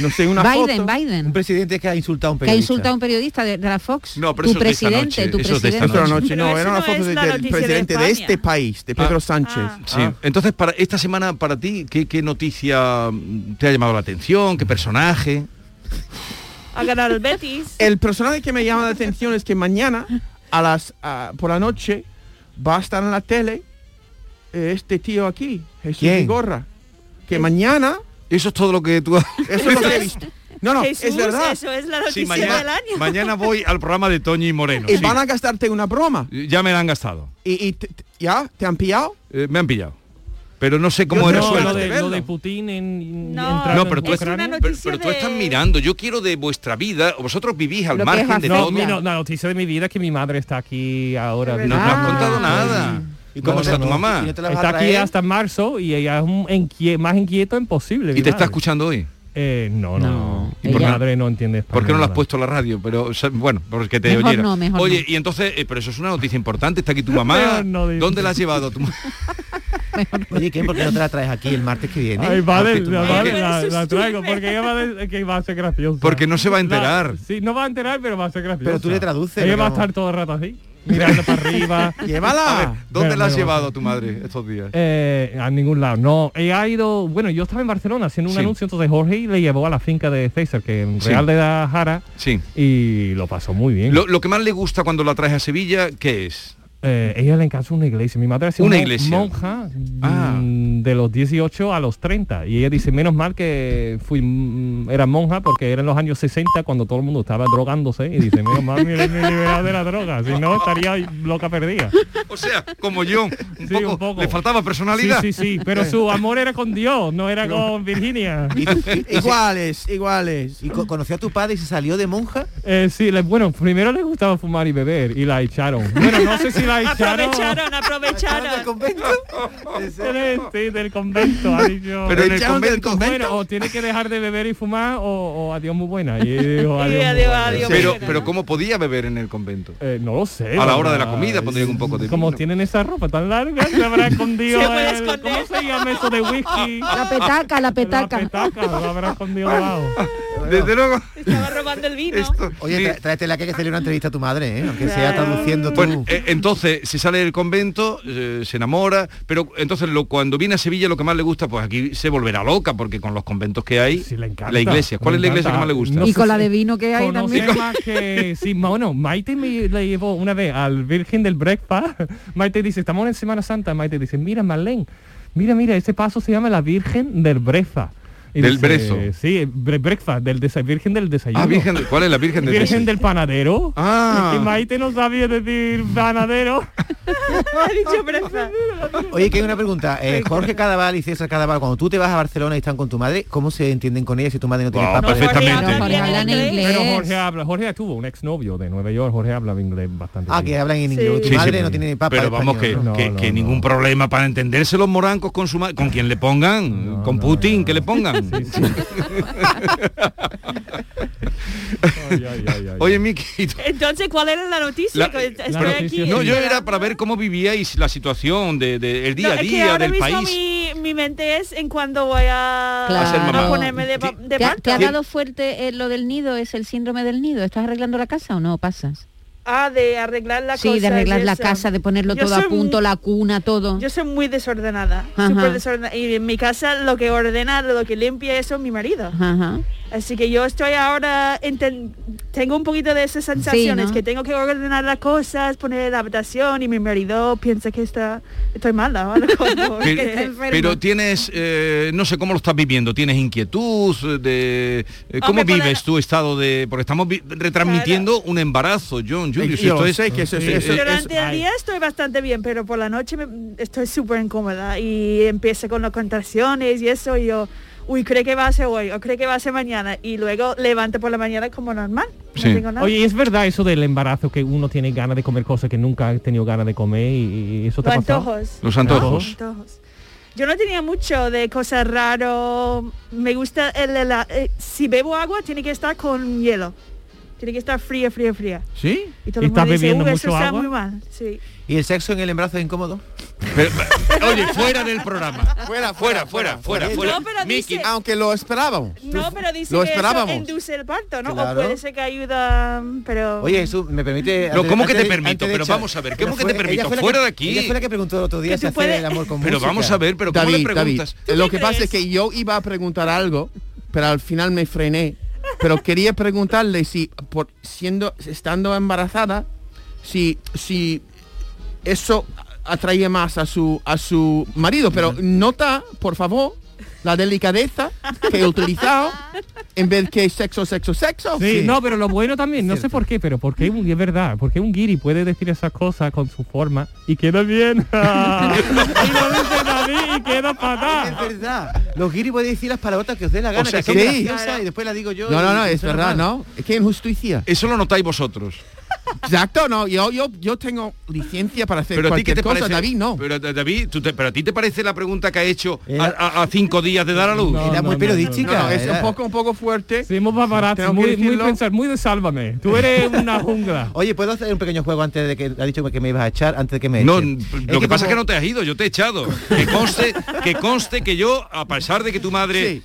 F: no sé, una
D: Biden,
F: foto.
G: Un
D: Biden.
G: presidente que ha insultado a un
D: Que ha
G: periodista.
D: insultado a un periodista de, de la Fox.
C: No, pero
D: tu
C: eso es de esta
D: presidente,
C: noche,
D: tu
C: eso es de
D: presidente.
C: esta
F: Esta noche,
E: Pero
F: no,
E: eso
F: era una
E: no
F: foto
E: es
F: de-
E: la
F: del
E: noticia de
F: presidente de,
E: España.
F: este país, de Pedro Sánchez.
C: Sí,
F: Ah.
C: entonces para esta semana para ti, ¿qué, qué noticia mm, te ha llamado la atención? ¿Qué personaje?
E: ha ganado el Betis.
F: El personaje que me llama la atención es que mañana a las ah, por la noche va a estar en la tele eh, este tío aquí, Jesús
G: ¿Quién?
F: Gorra. Que mañana
C: Eso es todo lo que tú has...
F: eso es lo que he visto. No, no,
E: Jesús,
F: es verdad.
E: eso es la noticia
C: Sí, mañana,
E: del año.
C: mañana voy al programa de Toño y Moreno.
F: Y
C: sí.
F: van a gastarte una broma.
C: Eh, Ya me la han gastado.
F: Y, y te- te- ya te han pillado.
C: Eh, me han pillado. Pero no sé cómo
F: Yo
C: era
F: tengo
C: su
B: No,
C: No,
B: lo
F: suelto.
B: de, lo de
F: Verlo.
B: Putin en
E: No.
B: entrando
C: No, pero
B: en
C: tú- Es
B: Ucrania.
E: una
C: pero,
E: noticia
C: pero tú estás
E: de-
C: mirando. Yo quiero de vuestra vida. Vosotros vivís al
D: Lo que es
C: margen de
D: afecta.
B: No,
C: todo.
B: mi
C: No,
B: no- la noticia de mi vida es que mi madre está aquí ahora.
C: no
B: viviendo
C: has
B: con
C: contado
B: nosotros.
C: nada. ¿Y cómo
B: No,
C: está
B: no,
C: tu
B: no.
C: mamá?
G: Y no te la vas a
B: Está aquí
G: traer.
B: hasta marzo y ella es un enquie- más inquieta imposible.
C: ¿Y
B: mi
C: te está
B: madre.
C: escuchando hoy?
B: Eh, no, no,
D: No,
B: no.
D: ¿Y
B: Mi
D: por qué?
B: madre no entiende español.
C: ¿Por qué no la has
B: nada.
C: puesto en la radio? Pero o sea, bueno, porque te
D: Mejor
C: oyera.
D: no, mejor
C: Oye,
D: no.
C: y entonces, eh, pero eso es una noticia importante. Está aquí tu
B: Mejor
C: mamá.
B: no, digo.
C: ¿Dónde la has llevado a tu mamá?
G: Oye, ¿quién? ¿Por qué no te la traes aquí el martes que viene?
C: ¿Eh?
B: Ay,
C: Ah,
B: vale,
G: Porque tu
B: la,
G: madre-
B: vale,
E: Pero
B: la-
E: eso es
B: la traigo,
E: estúpido.
B: porque ella va a, de- que va a ser graciosa.
C: Porque no se va a enterar.
B: La- sí, no va a enterar, pero va a ser graciosa.
G: Pero tú le traduces,
B: Ella
G: ¿no?
B: va a estar todo el rato así. mirando para arriba.
C: A ver, ¿Dónde
B: Pero,
C: la has
B: pero,
C: llevado a tu madre estos días?
B: Eh, a ningún lado, no. Ella ha ido, bueno, yo estaba en Barcelona haciendo un
C: Sí.
B: anuncio, entonces Jorge le llevó a la finca de César, que en
C: Sí.
B: Real de la Jara,
C: Sí.
B: y lo pasó muy bien.
C: Lo, lo que más le gusta cuando la traes a Sevilla, ¿qué es?
B: Eh, ella le encanta una iglesia. Mi madre ha sido
C: Una
B: mon-
C: iglesia.
B: monja mm, de los 18 a los 30. Y ella dice, menos mal que fui mm, era monja porque era en los años 60 cuando todo el mundo estaba drogándose. Y dice, menos mal me, me he liberado de la droga. Si no, estaría loca perdida.
C: O sea, como yo, un, poco, le faltaba personalidad.
B: Sí, sí, sí. Pero su amor era con Dios, no era con Virginia.
G: iguales, iguales. ¿Y co- conoció a tu padre y se salió de monja?
B: Eh, sí, le- bueno, primero le gustaba fumar y beber y la echaron. Bueno, no sé si la echaron.
E: Aprovecharon, aprovecharon.
B: Excelente, del convento, ha dicho.
C: Pero en el Echaron del convento.
B: Bueno, o tiene que dejar de beber y fumar o, o adiós muy buena. Y dijo, adiós,
E: Y
B: muy
E: adiós,
B: buena.
E: adiós.
C: Pero, pero ¿cómo podía beber en el convento?
B: Eh, no lo sé.
C: A la hora de la
B: Ah,
C: comida pondría un poco de
B: Como
C: vino.
B: tienen esa ropa tan larga, se habrá escondido
E: Se puede
B: el-
E: esconder.
B: ¿Cómo se llama eso de whisky?
D: La petaca, la petaca.
B: Petaca, lo habrá escondido abajo.
C: Desde luego,
E: Estaba robando el vino.
C: esto-
G: Oye, tra- tráete la que hay que hacerle una entrevista a tu madre, ¿eh? aunque sea
E: Claro.
G: traduciendo tú.
C: Bueno, eh, entonces se sale del convento, eh, se enamora, pero entonces lo, cuando viene a Sevilla lo que más le gusta, pues aquí se volverá loca, porque con los conventos que hay,
B: Sí, le encanta,
C: la iglesia. ¿Cuál
B: le
C: es la iglesia
B: encanta.
C: que más le gusta?
B: No
D: y
B: sé
D: con la
B: si
D: de vino que hay
B: Conoce
D: también.
B: eh, más que sí, ma- bueno, Maite me le llevó una vez al Virgen del Breakfast. Maite dice, estamos en Semana Santa. Maite dice, mira Marlene, mira, mira, ese paso se llama la Virgen del Breakfast. Y
C: Del
B: dice,
C: brezo.
B: Sí, bre- breakfast, del desa- Virgen del desayuno.
C: Ah, virgen de- ¿Cuál es la Virgen de
B: Virgen del panadero.
C: Ah.
B: Y Maite no sabía decir panadero.
E: Ha dicho brefa.
G: Oye, que hay una pregunta. Eh, Jorge Cadaval y César Cadaval, cuando tú te vas a Barcelona y están con tu madre, ¿cómo se entienden con ella si tu madre no tiene
C: Wow,
G: papas?
C: perfecto. Ah, Perfectamente.
D: Claro, Jorge, hablan en inglés.
B: Pero Jorge habla, Jorge tuvo un exnovio de Nueva York, Jorge hablaba inglés bastante.
G: Ah,
B: bien.
G: que hablan en inglés.
E: Sí.
G: Tu
C: Sí, sí,
G: madre
C: pero-
G: no tiene ni papa.
C: Pero
G: de
C: vamos, que,
G: español, ¿no?
C: que-
B: No,
C: que
B: no,
C: ningún
B: no.
C: problema para entenderse los morancos con su ma- con quien le pongan,
B: No,
C: con
B: no,
C: Putin,
B: no.
C: que le pongan.
B: Ay, ay, ay, ay.
C: Oye, Miki, tú-
E: Entonces, ¿cuál era la noticia?
C: La-
E: Que Estoy
B: la noticia-
E: aquí.
C: no, yo era para ver cómo vivíais la situación de, de- el día
E: No,
C: a
E: es que
C: día
E: ahora
C: del
E: mismo
C: país.
E: Mi, mi mente es en cuando voy a,
D: Claro. A ser mamá.
E: a ponerme de, pa-
C: Ti-
E: de
D: ¿Te ha, te ha
E: parto.
D: dado fuerte eh, lo del nido? ¿Es el síndrome del nido? ¿Estás arreglando la casa o no pasas?
E: Ah, de arreglar la cosa.
D: sí, de arreglar
E: y
D: la
E: eso.
D: casa, de ponerlo
E: Yo
D: todo a
E: soy
D: punto,
E: muy-
D: la cuna, todo.
E: Yo soy muy desordenada,
D: Ajá.
E: súper desordenada. Y en mi casa lo que ordena, lo que limpia eso es mi marido.
D: Ajá.
E: Así que yo estoy ahora, enten- tengo un poquito de esas sensaciones,
D: ¿no?
E: que tengo que ordenar las cosas, poner la habitación y mi marido piensa que está, estoy mala. o algo, que
C: Pero,
E: está enferma.
C: pero tienes, eh, no sé cómo lo estás viviendo, tienes inquietud eh, de... eh, ¿Cómo
E: Hombre, por
C: vives
E: la-
C: tu estado de...? Porque estamos vi- retransmitiendo un embarazo, John Julius.
F: Yo
C: esto es-
F: sé que eso-
C: eh,
F: eso-
C: eh,
E: Durante el
B: ay.
E: día estoy bastante bien, pero por la noche me- estoy súper incómoda y empiezo con las contracciones y eso y yo, uy, creo que va a ser hoy o creo que va a ser mañana y luego levanto por la mañana como normal. No
C: Sí.
E: tengo nada.
B: Oye, ¿es verdad eso del embarazo que uno tiene ganas de comer cosas que nunca ha tenido ganas de comer y, y eso te
E: los
B: ha pasado?
E: antojos.
C: Los antojos.
E: Los antojos. Yo no tenía mucho de cosas raro. Me gusta el, hela- eh, si bebo agua tiene que estar con hielo. Tiene que estar fría, fría, fría.
F: ¿Sí?
E: Y todo el
B: ¿Estás
E: mundo dice,
B: bebiendo
E: "Uy, eso
B: mucho
E: está
B: agua?
E: muy mal. Sí.
G: ¿Y el sexo en el embarazo es incómodo?
C: pero- oye, fuera del programa. Fuera,
F: Fuera,
C: fuera, fuera, fuera.
E: No, pero
C: Miki,
E: dice-
F: Aunque lo esperábamos.
E: No, pero dice
F: Lo
E: que eso
F: esperábamos.
E: induce el parto, ¿no?
G: Claro.
E: O puede ser que ayuda, mm, pero...
G: Oye, Jesús, ¿me permite...?
C: No, ¿cómo que te
G: de-
C: permito?
G: de
C: Pero
G: echar-
C: vamos a ver,
G: Pero
C: ¿cómo que te
G: fue- ella
C: permito?
G: fue la
C: Fuera
G: que-
C: de aquí.
G: Ella fue la que preguntó el otro
E: Que
G: día
E: tú
G: si hacer
E: puedes-
G: el amor con
C: Pero
G: música.
C: vamos a ver, pero ¿cómo le
F: David, David,
C: preguntas?
F: lo
E: qué
F: que pasa
E: crees?
F: es que yo iba a preguntar algo, pero al final me frené. Pero quería preguntarle si, por siendo, estando embarazada, si, si eso atraía más a su, a su marido. Pero nota, por favor, la delicadeza que he utilizado en vez que sexo, sexo, sexo.
B: Sí, no, pero lo bueno también, no sé por qué, pero porque un- es verdad, porque un guiri puede decir esas cosas con su forma y queda bien. y lo dice David y queda
G: Es
B: fatal.
G: verdad. Los guiris pueden decir las palabrotas que os dé la gana,
C: sea,
G: que son
F: sí.
G: graciosas, y después las digo yo.
F: No, no, no,
G: y-
F: es
G: y suena
F: verdad,
G: mal.
F: ¿no? Es que injusticia.
C: Eso lo notáis vosotros.
F: Exacto, no, yo, yo, yo tengo licencia para hacer
C: Pero a ti qué
F: cualquier
C: te
F: cosa,
C: parece.
F: David, no.
C: Pero eh, David, tú te- pero a ti te parece la pregunta que ha hecho a-
G: Era-
C: a, a cinco días de dar a luz.
B: No,
G: Era muy
B: no,
G: periodística.
F: No, no, es un
G: era-
F: poco, un poco fuerte.
B: Sí, muy paparazzi,
F: Tengo que
B: muy, muy
F: decirlo.
B: pensar, muy de sálvame. Tú eres una jungla.
G: Oye, ¿puedo hacer un pequeño juego antes de que ha dicho que me ibas a echar, antes de que me
C: No,
G: echen?
C: n-
G: Es
C: lo que pasa es que
G: como-
C: no te has ido, yo te he echado. Que conste, que conste que yo, a pesar de que tu madre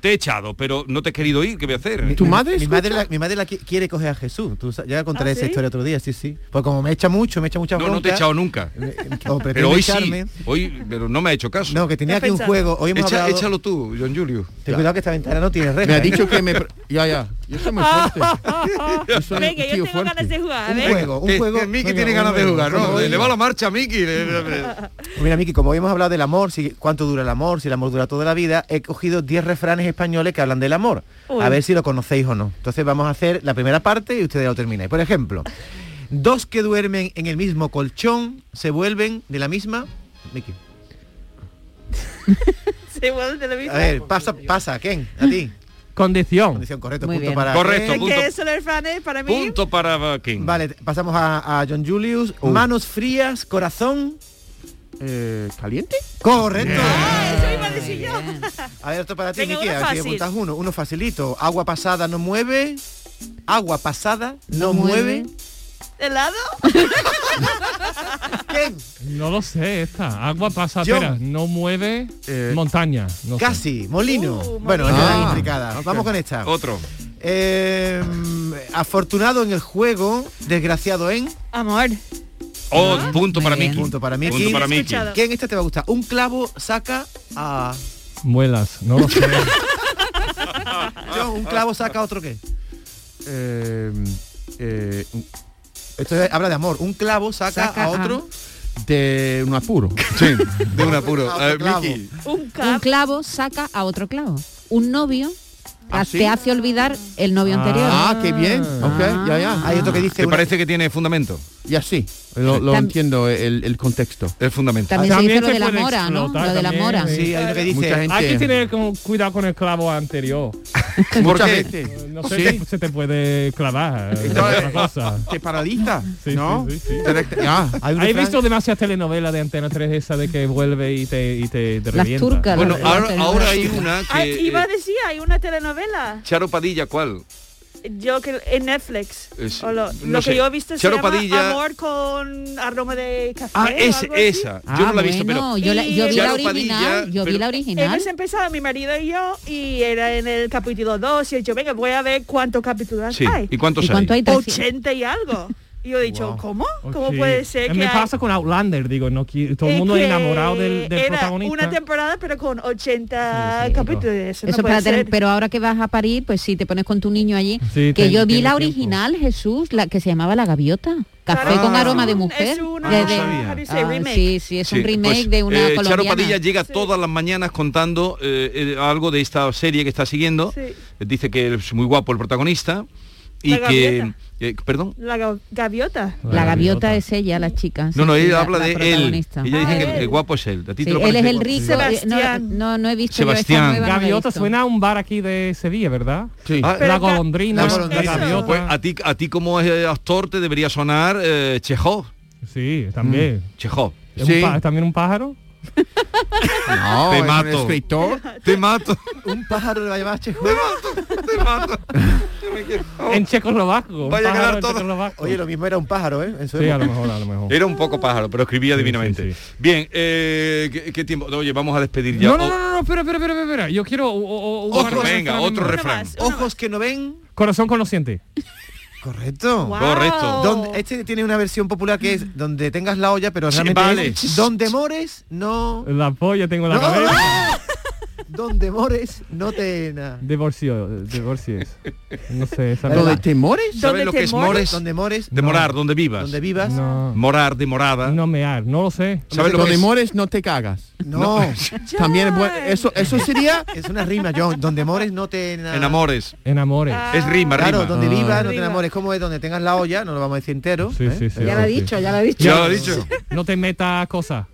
C: te he echado, pero no te he querido ir, ¿qué voy a hacer?
F: ¿Tu madre
G: Mi
F: escucha?
G: madre, la- mi madre la qui- quiere coger a Jesús. Tú sa- ya contaré esa historia otro día, sí, sí. Pues como me echa mucho, me echa mucha
C: No, no te he
G: bronca,
C: echado nunca.
G: o
C: Pero
G: pretende
C: hoy
G: echarme.
C: sí. Hoy, pero no me ha hecho caso.
G: No, que tenía aquí un juego. Hoy hemos
C: Echa-
G: hablado-
C: Échalo tú, John Julio.
G: Ten cuidado que esta ventana no tiene reja.
C: Me ha
G: ¿eh?
C: dicho que me
F: pro- Ya, ya. Yo soy muy fuerte.
E: Oh,
F: Yo soy
E: Venga,
F: un
E: yo
F: tío
E: tengo
F: fuerte.
E: ganas de jugar. a
G: Un
E: ver.
G: juego, un juego.
C: Miki
G: Venga,
C: Eh, tiene
G: un
C: ganas de
G: juego,
C: jugar,
G: un
C: ¿no?
G: juego.
C: Le va la marcha a Miki.
G: Pues Mira, Miki, como hoy hemos hablado del amor, si, cuánto dura el amor, si el amor dura toda la vida, he cogido 10 refranes españoles que hablan del amor.
J: Uy.
G: A ver si lo conocéis o no. Entonces vamos a hacer la primera parte y ustedes lo termináis. Por ejemplo, dos que duermen en el mismo colchón se vuelven de la misma... Miki.
E: Se vuelve de la misma.
G: A ver, pasa, pasa, Ken, a ti.
B: Condición.
G: Condición, correcto.
B: Muy
G: punto
B: bien.
G: para
C: Correcto,
G: Ken.
C: punto.
E: Que eso es franes para mí.
C: Punto para King.
G: Vale, te- pasamos a, a John Julius. Manos frías, corazón... eh,
F: ¿Caliente?
G: Correcto.
E: Eso iba a decir yo.
G: A ver, esto para ti,
E: Venga,
G: Miki,
E: uno
G: a ver si
E: fácil.
G: apuntas uno, uno facilito. Agua pasada no mueve. Agua pasada no, mueve.
E: ¿Helado?
B: No lo sé, esta. Agua pasa,
G: John.
B: espera, no mueve
F: Eh.
B: montaña. No sé.
G: Casi,
E: Uh,
G: molino. bueno,
B: molino.
G: esta es
B: Ah,
G: complicada.
B: ok.
G: Vamos con esta.
C: Otro.
G: Eh, afortunado en el juego, desgraciado en.
E: Amor. Ah,
C: Oh, punto para Miki.
G: Punto para Miki.
C: Punto para Miki.
G: ¿Quién esta te va a gustar? Un clavo saca a.
B: Muelas, no lo sé.
G: John, un clavo saca a otro qué?
F: Eh,
G: Esto es- habla de amor. Un clavo saca,
F: Saca
G: a
F: a-
G: otro.
F: De un apuro. Sí,
C: de un apuro. Eh,
F: A ver,
G: Miki.
E: Un
D: clavo. saca a otro clavo. Un novio
F: ¿Ah,
D: ha-
F: sí?
D: te hace olvidar el novio anterior.
F: Ah, qué bien. Ok, ya, ya. Hay
G: otro que dice.
C: ¿Te parece que tiene fundamento?
F: Ya sí. Lo, lo
D: Tam-
F: entiendo, el, el contexto.
C: El fundamento.
D: También
G: Ah,
D: se También dice lo se de la puede mora, ¿no? explotar, Lo de la también, mora. sí.
G: Sí, hay lo que dice.
F: Mucha gente-
B: Hay que tener con- cuidado con el clavo anterior.
F: Muchas
B: qué?
F: veces.
B: No sé,
F: Sí.
B: te- se te puede clavar. eh,
F: Entonces,
B: otra cosa.
F: Te paraliza,
B: Sí,
F: ¿no?
B: sí, sí, sí.
F: Directa-
C: Ah,
F: ya.
B: He visto demasiadas telenovelas de Antena 3 esa de que vuelve y te, y te, te
D: Las
B: revienta.
D: turcas,
C: Bueno, ahora, ahora hay una
E: Ah,
C: que...
E: iba a
C: eh,
E: decir, hay una telenovela.
C: Charo Padilla, ¿cuál?
E: Yo que en Netflix.
C: Es-
E: o lo
C: no
E: lo
C: sé.
E: que yo he visto
C: Charo
E: se llama
C: Padilla-
E: Amor con aroma de café.
C: Ah,
E: o
C: es,
E: algo así.
C: esa. Yo no la he visto, pero...
D: Ah, yo, la-
E: Y
D: yo vi la
E: Charo
D: original,
C: Padilla,
D: yo vi
C: pero-
D: la original.
E: Hemos empezado mi marido y yo y era en el capítulo 2 y he dicho, venga, voy a ver cuántos capítulos
C: Sí,
E: hay.
C: ¿y cuántos ¿Y cuánto hay? hay?
E: 80 y algo. Y yo he dicho, ¿cómo? ¿Cómo
B: Sí. Eh,
E: puede ser que
B: Me
E: hay-
B: pasa con Outlander, digo, no qui- todo el
E: Es
B: mundo
E: que
B: enamorado del, del
E: era
B: protagonista.
E: una temporada pero con 80 capítulos. Eso,
D: Eso
E: no puede
D: para tener-
E: ser.
D: pero ahora que vas a parir, pues sí, te pones con tu niño allí.
B: Sí,
D: que
B: ten-
D: yo vi
B: tiene
D: la
B: tiempo.
D: original, Jesús, la que se llamaba La Gaviota. Café
C: Claro,
D: con
C: es
D: aroma de
C: un-
D: mujer.
E: es una-
D: de-
C: no
D: de-
C: sabía.
E: How do you say
D: Ah,
E: remake?
D: sí, sí, es un
C: Sí,
D: remake
C: pues,
D: de una
C: eh, Charo
D: colombiana.
C: Padilla llega todas las mañanas contando eh, eh, algo de esta serie que está siguiendo. Eh, Dice que es muy guapo el protagonista y
E: La
C: que...
E: Gaviota.
C: eh, perdón.
E: La ga- gaviota.
D: La gaviota es ella, la chica.
C: No,
D: sí,
C: no,
D: sí,
C: ella
D: la-
C: habla
D: la
C: de él.
D: protagonista.
C: Ella dice que el guapo es él. A
D: Sí,
C: ti te lo
D: él es
C: parece
D: el
C: guapo.
D: rico. eh, no-
E: Ah, Sebastián.
D: No, no, he visto yo esta
C: Sebastián.
D: nueva, no la he
B: Gaviota
D: visto.
B: suena a un bar aquí de Sevilla, ¿verdad?
F: Sí.
C: Ah,
B: La
E: Pero ca-
B: golondrina,
C: la
B: la gaviota.
C: Pues a ti, a ti como eh, actor te debería sonar eh, Chekhov. Mm.
B: sí, también.
C: Chekhov.
B: ¿Es
F: Sí.
B: un pa- ¿También un pájaro?
F: No,
C: Te
F: es un
C: mato.
F: escritor.
C: Te mato.
G: Un pájaro le va a llamar Chejo.
C: Te mato. Yo me quiero-
B: En checoslovaco. un
C: Vaya a
B: pájaro
C: quedar
B: en
C: todo-
B: checoslovaco.
G: Oye, lo mismo era un pájaro, ¿eh? En su
B: Sí, a
G: época.
B: lo mejor, a lo mejor.
C: Era un poco pájaro, pero escribía divinamente.
B: sí, sí.
C: Bien, eh, ¿qué, qué tiempo? Oye, vamos a despedir ya.
B: No, no,
C: O-
B: no, no, no, espera, espera, espera, espera. Yo quiero o- o- o- un
C: Otro,
B: par de
C: venga,
B: refranes
C: otro
B: más.
C: refrán.
G: Ojos que no ven.
B: Corazón conociente.
G: Correcto.
E: Guau.
C: Correcto.
G: Donde- este tiene una versión popular que es donde tengas la olla, pero
C: Sí,
G: realmente
C: vale.
G: es donde mores no.
B: La polla tengo en la
G: No.
B: cabeza.
G: Donde mores no te na-
B: Divorcio, divorcies. No sé, esa
F: ¿Lo
B: no-
F: de temores?
C: ¿Sabes lo que es mores?
G: Donde mores
C: De morar, donde vivas.
G: donde vivas.
B: No,
C: Morar, de morada.
B: no mear, no lo sé.
C: ¿Sabes lo
F: Lo
C: que
F: de
C: es?
F: mores no te cagas.
G: No.
F: También es bueno. Eso, eso sería.
G: es una rima, John. Donde mores no te na-
C: Enamores.
B: Enamores.
C: Es rima,
G: Claro,
C: rima.
G: donde
F: Ah.
G: vivas no te
E: Rima.
G: enamores. ¿Cómo es? Donde tengas la olla, no lo vamos a decir entero.
B: Sí,
G: ¿eh?
B: sí, sí.
D: Ya lo he dicho, ya lo he dicho.
C: Ya lo he dicho.
B: No te metas cosas.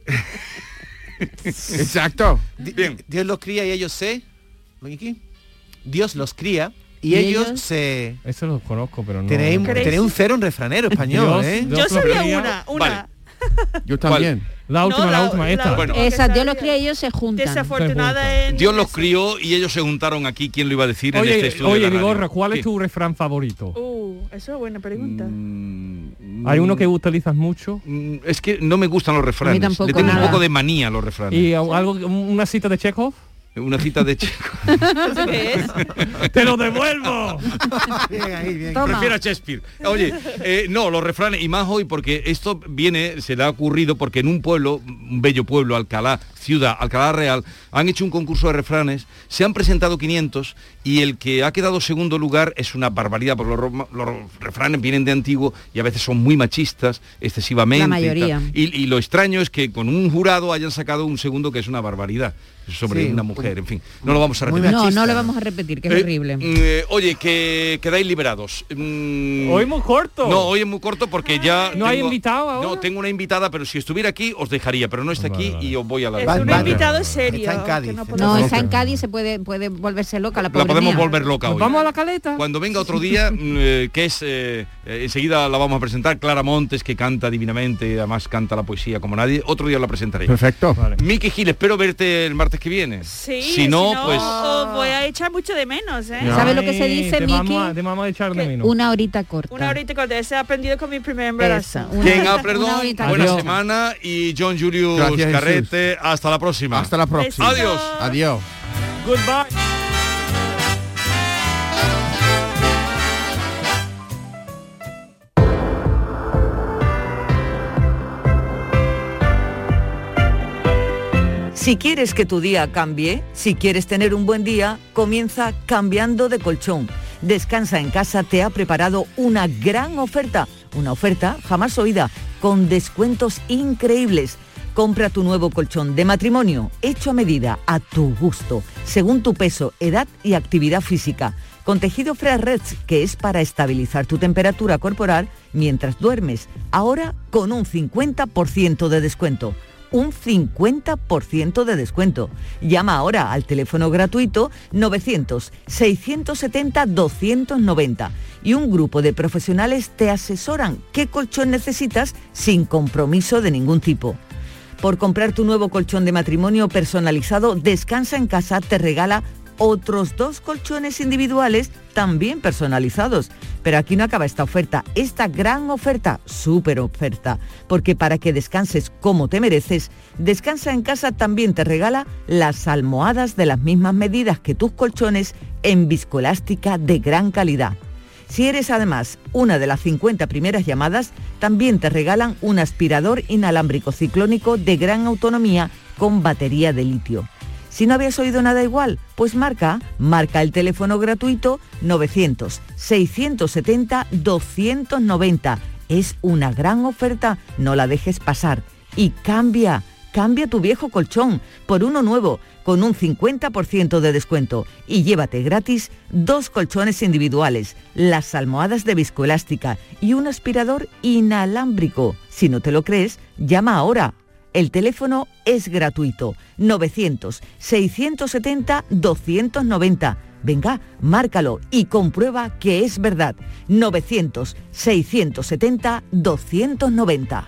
F: Exacto.
G: Di-
C: Bien.
G: di- Dios los cría y ellos se. Miki. Dios los cría y,
D: ¿Y
G: ellos,
D: ellos?
G: se.
B: Eso lo conozco, pero no.
G: Tenéis,
B: no-
E: Crazy.
G: tenéis un cero en refranero español,
B: Dios-
G: ¿eh?
B: Dios
E: Yo
B: lo
E: sabía
B: cría.
E: una, una.
C: Vale.
F: Yo también.
B: La última,
E: No,
B: la, última, esta.
C: Bueno.
E: última que
D: Esa, Dios
E: sabía.
D: los cría y ellos se juntan.
E: Desafortunada en...
C: Dios los crió y ellos se juntaron aquí. ¿Quién lo iba a decir en este
B: Oye,
C: estudio?
B: oye,
C: de la radio?
B: Vigorra,
C: Sí.
B: ¿cuál Este es tu refrán favorito?
E: Uh, eso es buena pregunta.
C: Mm,
B: Hay uno que utilizas mucho
C: mm, Es que no me gustan los refranes.
D: tampoco,
C: Le tengo
D: nada.
C: un poco de manía a los refranes.
B: y algo, una cita de Chekhov.
C: Una cita de chico.
E: ¿Eso qué es?
C: ¡Te lo devuelvo!
G: Bien ahí, bien.
D: Toma.
C: Prefiero a Shakespeare. Oye, eh, no, los refranes, y más hoy, porque esto viene, se le ha ocurrido, porque en un pueblo, un bello pueblo, Alcalá, ciudad, Alcalá Real, han hecho un concurso de refranes, se han presentado 500 y el que ha quedado segundo lugar es una barbaridad, porque los, ro- los refranes vienen de antiguo y a veces son muy machistas, excesivamente.
D: La
C: y tal.
D: mayoría.
C: Y, y lo extraño es que con un jurado hayan sacado un segundo que es una barbaridad sobre
G: Sí,
C: una
G: un-
C: mujer, en fin, no lo vamos a repetir.
D: No, no
G: machista.
D: lo vamos a repetir, que es
C: Eh,
D: horrible.
C: mm, eh, oye, que quedáis liberados. Mm,
B: Hoy muy corto.
C: No, hoy es muy corto porque ya...
B: ¿No hay invitado ahora?
C: No, tengo una invitada, pero si estuviera aquí os dejaría, pero no está
B: Vale,
C: aquí
B: vale.
C: y os voy a la...
E: Es
G: Van-
E: un
G: van-
E: invitado serio.
G: Está en Cádiz.
E: que no
D: No,
G: No,
E: podemos-
D: esa en Cádiz se puede, puede volverse loca, la,
C: La
D: pobre
C: podemos
D: mía.
C: volver loca
B: Nos
C: hoy.
B: Pues vamos a la caleta.
C: Cuando venga otro día, mm, eh, que es, eh, eh, enseguida la vamos a presentar, Clara Montes, que canta divinamente, además canta la poesía como nadie, otro día la presentaré.
F: Perfecto.
C: Miki Gil, espero verte el martes que viene.
E: Sí,
C: si no, pues...
E: os voy a echar mucho de menos, ¿eh?
D: No. ¿Sabe lo que se dice,
B: te vamos
D: Miki?
B: a- Te vamos a echar de
E: Que
B: menos.
D: Una horita corta.
E: Una horita con ese he aprendido con mi primer
D: Esa,
E: embarazo.
D: una-
C: Quien
D: una
C: ha ah, perdón,
D: horita
C: buena
D: corta.
C: semana y John Julius
F: Gracias, Jesús.
C: Carrete, hasta la próxima.
F: Hasta la próxima.
C: Adiós.
E: Besitos.
F: Adiós.
B: Goodbye.
J: Si quieres que tu día cambie, si quieres tener un buen día, comienza cambiando de colchón. Descansa en casa te ha preparado una gran oferta, una oferta jamás oída, con descuentos increíbles. Compra tu nuevo colchón de matrimonio, hecho a medida, a tu gusto, según tu peso, edad y actividad física, con tejido Fresh que es para estabilizar tu temperatura corporal mientras duermes, ahora con un 50% de descuento un 50% de descuento. Llama ahora al teléfono gratuito 900-670-290 y un grupo de profesionales te asesoran qué colchón necesitas sin compromiso de ningún tipo. Por comprar tu nuevo colchón de matrimonio personalizado, Descansa en casa te regala otros dos colchones individuales también personalizados. Pero aquí no acaba esta oferta, esta gran oferta, súper oferta, porque para que descanses como te mereces, Descansa en casa también te regala las almohadas de las mismas medidas que tus colchones en viscoelástica de gran calidad. Si eres además una de las 50 primeras llamadas, también te regalan un aspirador inalámbrico ciclónico de gran autonomía con batería de litio. Si no habías oído nada igual, pues marca, marca el teléfono gratuito 900-670-290. Es una gran oferta, no la dejes pasar. Y cambia, cambia tu viejo colchón por uno nuevo con un 50% de descuento y llévate gratis dos colchones individuales, las almohadas de viscoelástica y un aspirador inalámbrico. Si no te lo crees, llama ahora. El teléfono es gratuito. 900-670-290. Venga, márcalo y comprueba que es verdad. 900-670-290.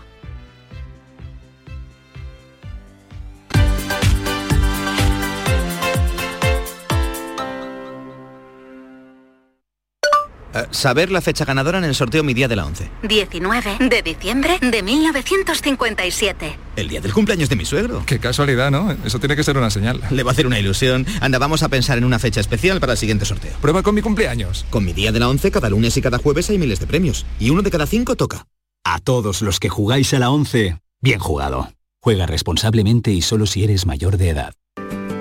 K: Eh, saber la fecha ganadora en el sorteo Mi Día de la 11.
L: 19 de diciembre de 1957.
K: El día del cumpleaños de mi suegro.
M: Qué casualidad, ¿no? Eso tiene que ser una señal.
K: Le va a hacer una ilusión. Anda, vamos a pensar en una fecha especial para el siguiente sorteo.
M: Prueba con mi cumpleaños.
K: Con mi día de la 11, cada lunes y cada jueves hay miles de premios. Y uno de cada cinco toca.
N: A todos los que jugáis a la 11, bien jugado. Juega responsablemente y solo si eres mayor de edad.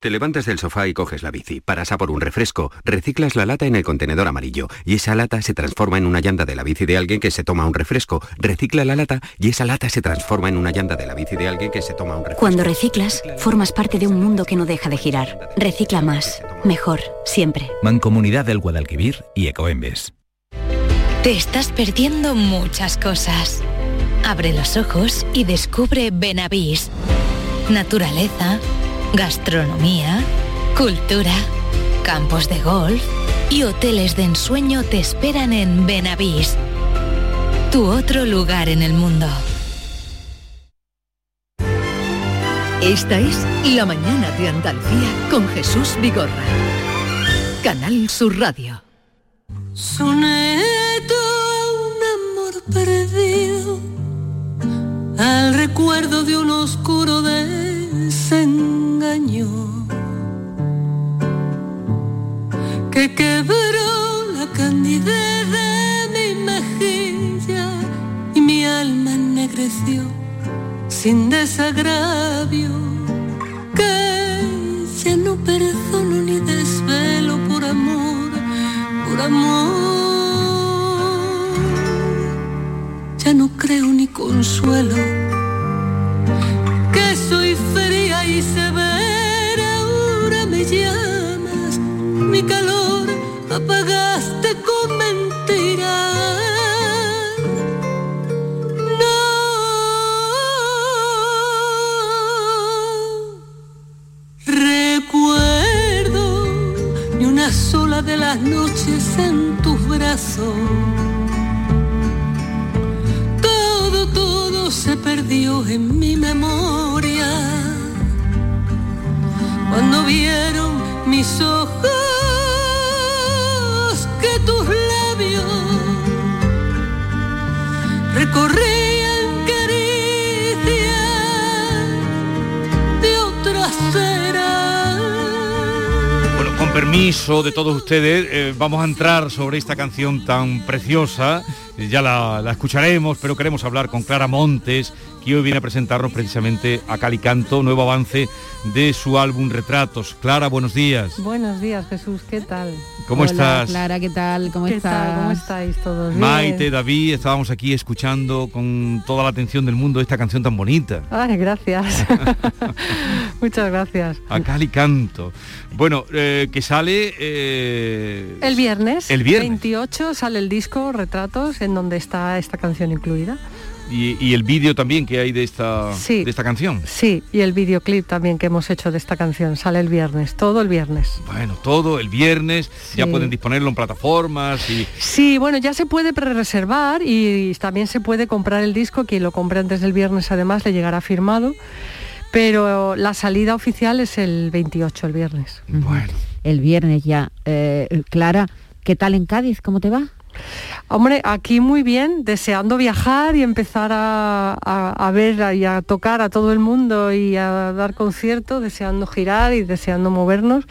O: Te levantas del sofá y coges la bici, paras a por un refresco, reciclas la lata en el contenedor amarillo y esa lata se transforma en una llanta de la bici de alguien que se toma un refresco, recicla la lata y esa lata se transforma en una llanta de la bici de alguien que se toma un refresco.
L: Cuando reciclas, formas parte de un mundo que no deja de girar. Recicla más, mejor, siempre.
P: Mancomunidad del Guadalquivir y Ecoembes.
Q: Te estás perdiendo muchas cosas. Abre los ojos y descubre Benavís. Naturaleza, gastronomía, cultura, campos de golf y hoteles de ensueño te esperan en Benavís. Tu otro lugar en el mundo.
R: Esta es La mañana de Andalucía con Jesús Vigorra. Canal Sur Radio.
A: Soneto a un amor perdido, al recuerdo de un oscuro desengaño que quebró la candidez de mi mejilla y mi alma ennegreció sin desagravio que ya no perdono ni desvelo por amor por amor. Ya no creo ni consuelo que soy fría y severa. Ahora me llamas, mi calor apagaste con mentiras. No. Recuerdo ni una sola de las noches en tus brazos. Todo, todo se perdió en mi memoria. Cuando vieron mis ojos que tus labios recorrían caricias de otras eras.
C: Bueno, con permiso de todos ustedes, eh, vamos a entrar sobre esta canción tan preciosa. Eh, Ya la, la escucharemos, pero queremos hablar con Clara Montes, que hoy viene a presentarnos precisamente a Calicanto, nuevo avance de su álbum Retratos. Clara, buenos días.
S: Buenos días, Jesús, ¿qué tal?
C: ¿Cómo
S: Hola,
C: estás?
S: Clara, ¿qué tal? ¿Cómo tal? ¿Cómo estáis todos? Bien.
C: Maite, David, estábamos aquí escuchando con toda la atención del mundo esta canción tan bonita.
S: Ay, gracias. Muchas gracias.
C: A Calicanto. Bueno, eh, que sale... eh,
S: El viernes,
C: El viernes.
S: 28 sale el disco Retratos, en donde está esta canción incluida.
C: Y, y el vídeo también que hay de esta,
S: Sí.
C: Ah, de esta canción.
S: Sí, y el videoclip también que hemos hecho de esta canción sale el viernes, todo el viernes.
C: Bueno, todo el viernes, ya
S: Sí.
C: pueden disponerlo en plataformas y...
S: Sí, bueno, ya se puede pre-reservar y también se puede comprar el disco, quien lo compre antes del viernes además le llegará firmado, pero la salida oficial es el 28, el viernes.
D: El viernes ya. Eh, Clara, ¿qué tal en Cádiz? ¿Cómo te va?
S: Hombre, aquí muy bien, deseando viajar y empezar a, a- a ver a- y a tocar a todo el mundo y a dar conciertos, deseando girar y deseando movernos.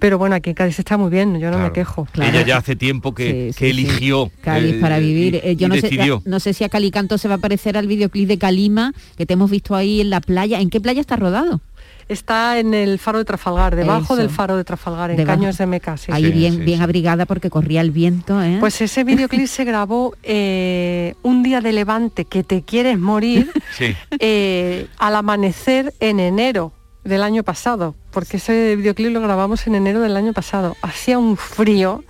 S: Pero bueno, aquí en Cádiz está muy bien, yo no me quejo.
C: Ella ya hace tiempo que, que eligió
D: Cádiz
C: eh,
D: para vivir.
C: y-
D: Eh, yo
C: y
D: no sé,
C: decidió.
D: no sé si a Calicanto se va a parecer al videoclip de Calima que te hemos visto ahí en la playa. ¿En qué playa está rodado?
S: Está en el faro de Trafalgar, debajo
D: Eso.
S: del faro de Trafalgar, en
D: Debajo.
S: Caños de Meca. sí.
D: Ahí bien, bien abrigada porque corría el viento, ¿eh?
S: Pues ese videoclip se grabó eh, un día de levante que te quieres morir
C: Sí.
S: eh, al amanecer en enero del año pasado, porque ese videoclip lo grabamos en enero del año pasado. Hacía un frío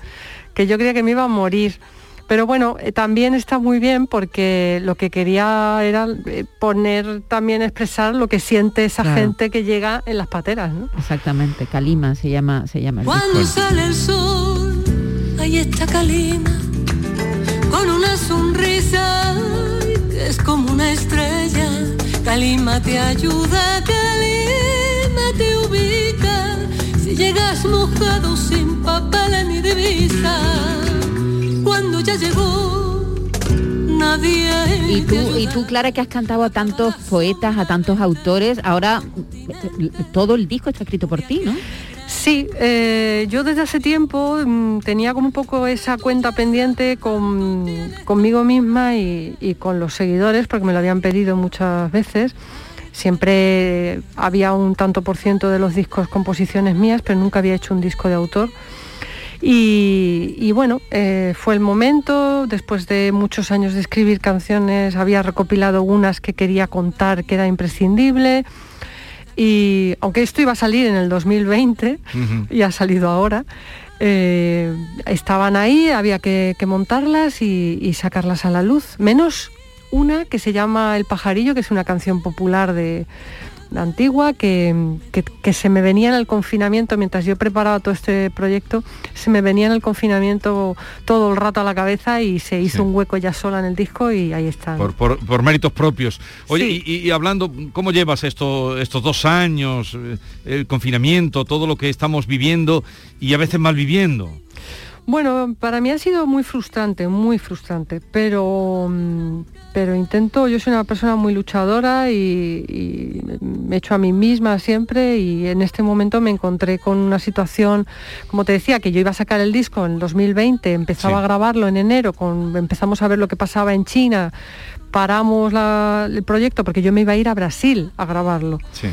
S: que yo creía que me iba a morir. Pero bueno, eh, también está muy bien porque lo que quería era eh, poner también expresar lo que siente esa
D: Claro.
S: gente que llega en las pateras, ¿no?
D: Exactamente, Calima se llama, se llama el
A: Cuando
D: disco.
A: sale el sol, ahí está Calima, con una sonrisa que es como una estrella. Calima te ayuda, Calima te ubica, si llegas mojado sin papel ni divisa. Cuando ya llegó, nadie
D: Y tú,
A: te ayuda.
D: y tú, Clara, que has cantado a tantos poetas, a tantos autores, ahora eh, todo el disco está escrito por ti, ¿no?
S: Sí, eh, yo desde hace tiempo mm, tenía como un poco esa cuenta pendiente con, conmigo misma y, y con los seguidores, porque me lo habían pedido muchas veces. Siempre había un tanto por ciento de los discos composiciones mías, pero nunca había hecho un disco de autor. Y, y bueno, eh, fue el momento, después de muchos años de escribir canciones, había recopilado unas que quería contar que era imprescindible. Y aunque esto iba a salir en el 2020,
D: eh,
S: y ha salido ahora, eh, estaban ahí, había que, que montarlas y, y sacarlas a la luz, menos una que se llama El pajarillo, que es una canción popular de, de antigua, que, que- que se me venía en el confinamiento, mientras yo preparaba todo este proyecto, se me venía en el confinamiento todo el rato a la cabeza y se hizo
C: Sí.
S: un hueco ya sola en el disco y ahí está.
C: Por, por- por méritos propios. Oye, y, y- y hablando, ¿cómo llevas esto, estos dos años, eh, el confinamiento, todo lo que estamos viviendo y a veces mal viviendo?
S: Bueno, para mí ha sido muy frustrante, muy frustrante, pero, mm, pero intento, yo soy una persona muy luchadora y, y me echo a mí misma siempre y en este momento me encontré con una situación, como te decía, que yo iba a sacar el disco en 2020,
T: Sí.
S: empezaba a grabarlo en enero, con, empezamos a ver lo que pasaba en China, paramos la- el proyecto porque yo me iba a ir a Brasil a grabarlo.
C: Sí.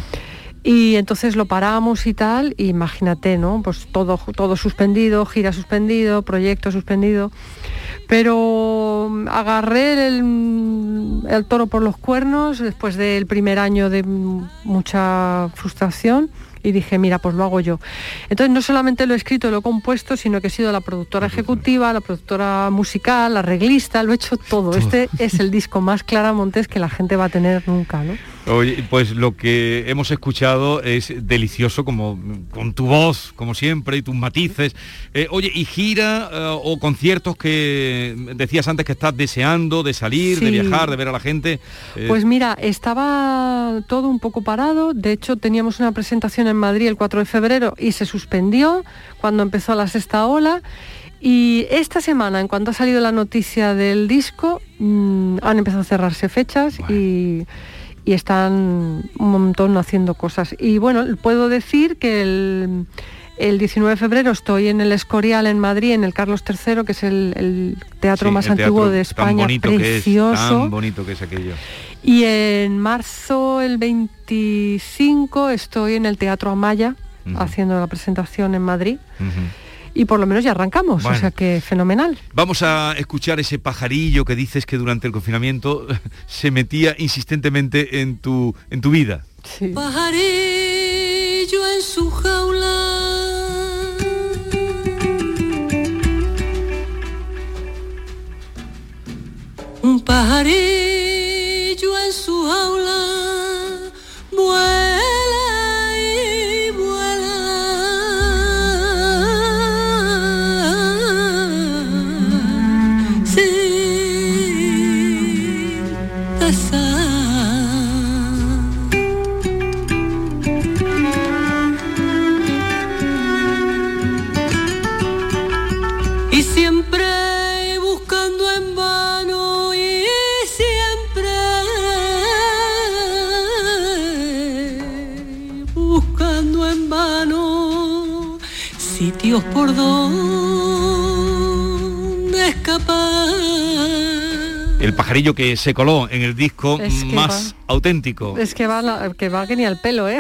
S: Y entonces lo paramos y tal, y imagínate, ¿no? Pues todo, todo suspendido, gira suspendido, proyecto suspendido. Pero mm, agarré el, el toro por los cuernos después del primer año de mm, mucha frustración y dije, mira, pues lo hago yo. Entonces no solamente lo he escrito, lo he compuesto, sino que he sido la productora ejecutiva, la productora musical, la arreglista, lo he hecho todo. Este es el disco más Clara Montes que la gente va a tener nunca, ¿no?
C: Oye, pues lo que hemos escuchado es delicioso, como con tu voz, como siempre, y tus matices. Eh, oye, ¿y gira eh, o conciertos que decías antes que estás deseando de salir, de
S: Sí.
C: viajar, de ver a la gente? Eh,
S: Pues mira, estaba todo un poco parado. De hecho, teníamos una presentación en Madrid el 4 de febrero y se suspendió cuando empezó la sexta ola. Y esta semana, en cuanto ha salido la noticia del disco, mm, han empezado a cerrarse fechas y, y están un montón haciendo cosas. Y bueno, puedo decir que el, el 19 de febrero estoy en el Escorial en Madrid, en el Carlos III, que es el, el teatro
C: sí,
S: más
C: el teatro
S: antiguo de
C: Tan
S: España,
C: bonito que es,
S: precioso.
C: tan bonito que es aquello.
S: Y en marzo, el 25, estoy en el Teatro Amaya haciendo la presentación en Madrid. Y por lo menos ya arrancamos,
C: Bueno.
S: o sea que fenomenal.
C: Vamos a escuchar ese pajarillo que dices que durante el confinamiento se metía insistentemente en tu, en tu vida.
A: Pajarillo en su jaula. Un pajarillo en su jaula vuela y vuela. Sin cesar. Y siempre buscando en vano y siempre buscando en vano sitios por donde escapar.
C: El pajarillo que se coló en el disco
S: Es que
C: más auténtico.
S: Es que va, la- que va que ni al pelo, ¿eh?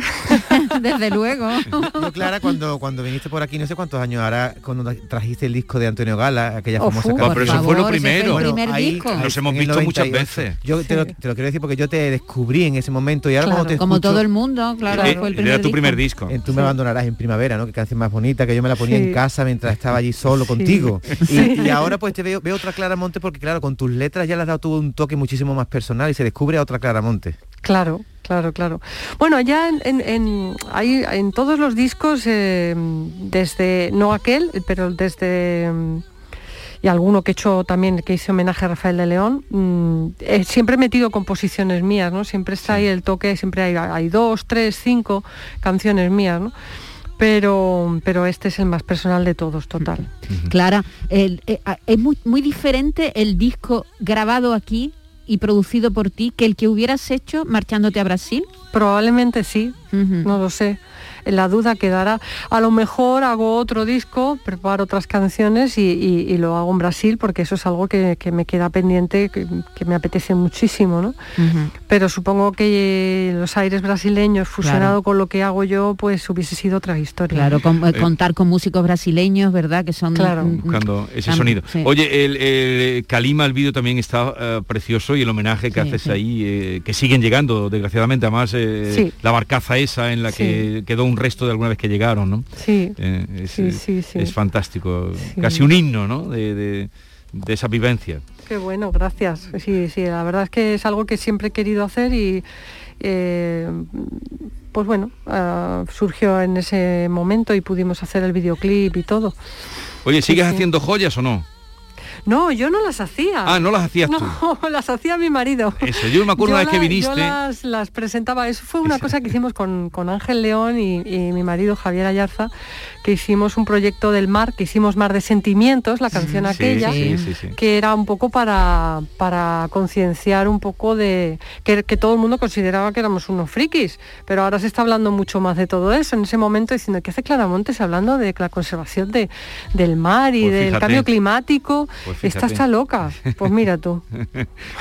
S: Desde luego.
G: Yo, Clara, cuando, cuando viniste por aquí, no sé cuántos años ahora, cuando tra- trajiste el disco de Antonio Gala, aquella
S: Oh,
G: famosa
S: fu,
G: canción.
S: Por pero eso favor, fue lo ese fue el primero. primer disco.
C: Nos hemos
G: en el
C: visto muchas
G: 98.
C: veces.
G: Yo te lo, te lo quiero decir porque yo te descubrí en ese momento y ahora
D: Claro,
G: cuando te
D: como
G: escucho-
D: todo el mundo, claro.
G: Eh,
D: fue el
G: era tu primer
C: disco.
G: Eh, Tú me abandonarás en primavera, ¿no? Que canción más bonita, que yo me la ponía
D: Sí.
G: en casa mientras estaba allí solo contigo. Y-
D: Sí.
G: Y, ahora pues te veo, veo otra Clara Montes porque claro, con tus letras ya le has dado tú un toque muchísimo más personal y se descubre a otra Clara Montes.
S: Claro, claro, claro. Bueno, ya en, en- en- hay- en todos los discos, eh, desde, no aquel, pero desde, mm, y alguno que he hecho también, que hice homenaje a Rafael de León, mm, eh, siempre he metido composiciones mías, ¿no? Siempre está ahí el toque, siempre hay, hay dos, tres, cinco canciones mías, ¿no? Pero, pero este es el más personal de todos, total.
D: Clara, el- eh, ah, es muy, muy diferente el disco grabado aquí y producido por ti que el que hubieras hecho marchándote a Brasil.
S: Probablemente sí, no lo sé. la duda quedará. A lo mejor hago otro disco, preparo otras canciones y, y- y lo hago en Brasil porque eso es algo que, que me queda pendiente, que, que me apetece muchísimo, ¿no? Pero supongo que eh, los aires brasileños fusionado con lo que hago yo, pues hubiese sido otra historia.
D: Claro, con- eh,
C: Eh.
D: contar con músicos brasileños, ¿verdad? Que son...
S: Claro.
D: mm,
C: buscando ese
D: tam-
C: sonido.
D: sí.
C: Oye, el, el Kalima, el vídeo también está eh, precioso y el homenaje que
D: Sí,
C: haces
D: sí.
C: ahí, eh, que siguen llegando, desgraciadamente, además eh,
S: Sí.
C: la barcaza esa en la que quedó un resto de alguna vez que llegaron, ¿no?
S: Sí.
C: Eh, es,
S: Sí, sí, sí.
C: es fantástico,
S: Sí.
C: casi un himno, ¿no? De, de- de esa vivencia.
S: Qué bueno, gracias. Sí, sí, la verdad es que es algo que siempre he querido hacer y eh, pues bueno, ah, surgió en ese momento y pudimos hacer el videoclip y todo.
C: Oye,
S: Sí,
C: ¿sigues
S: sí.
C: haciendo joyas o no?
S: No, yo no las hacía.
C: Ah, no las hacías tú.
S: No, las hacía mi marido.
C: Eso, yo me acuerdo una vez que
S: la-
C: viniste.
S: Pues Yo las, las presentaba. Eso fue una cosa que hicimos con, con Ángel León y, y mi marido Javier Ayarza, que hicimos un proyecto del mar, que hicimos Mar de Sentimientos, la canción
C: sí,
S: aquella,
C: sí, sí, sí.
S: que era un poco para, para concienciar un poco de... Que, que todo el mundo consideraba que éramos unos frikis, pero ahora se está hablando mucho más de todo eso. En ese momento diciendo, ¿qué hace Claramontes hablando de la conservación de, del mar y
C: Pues
S: del
C: fíjate.
S: cambio climático?
C: Pues
S: Esta
C: fíjate.
S: está loca. Pues mira tú.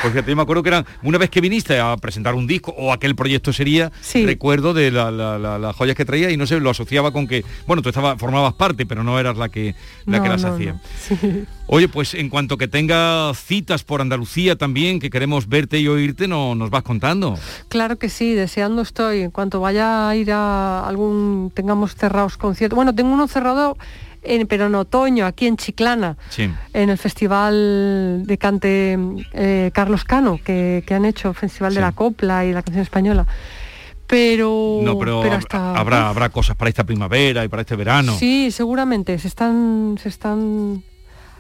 C: Porque yo me acuerdo que era una vez que viniste a presentar un disco o aquel proyecto sería, recuerdo de la- la- la- las joyas que traía y no sé, lo asociaba con que, bueno, tú estaba, formabas parte, pero no eras la que, la que
S: No,
C: las
S: no,
C: hacía.
S: no. Sí.
C: Oye, pues en cuanto que tenga citas por Andalucía también, que queremos verte y oírte, no, nos vas contando.
S: Claro que sí, deseando estoy. En cuanto vaya a ir a algún, tengamos cerrados conciertos. Bueno, tengo uno cerrado, en, pero en otoño, aquí en Chiclana,
C: Sí.
S: en el Festival de Cante eh, Carlos Cano, que, que han hecho, Festival de la Copla y la Canción Española. Uh, Pero,
C: No, pero, hab-
S: hasta-
C: habrá, habrá cosas para esta primavera y para este verano.
S: Sí, seguramente, se están, se están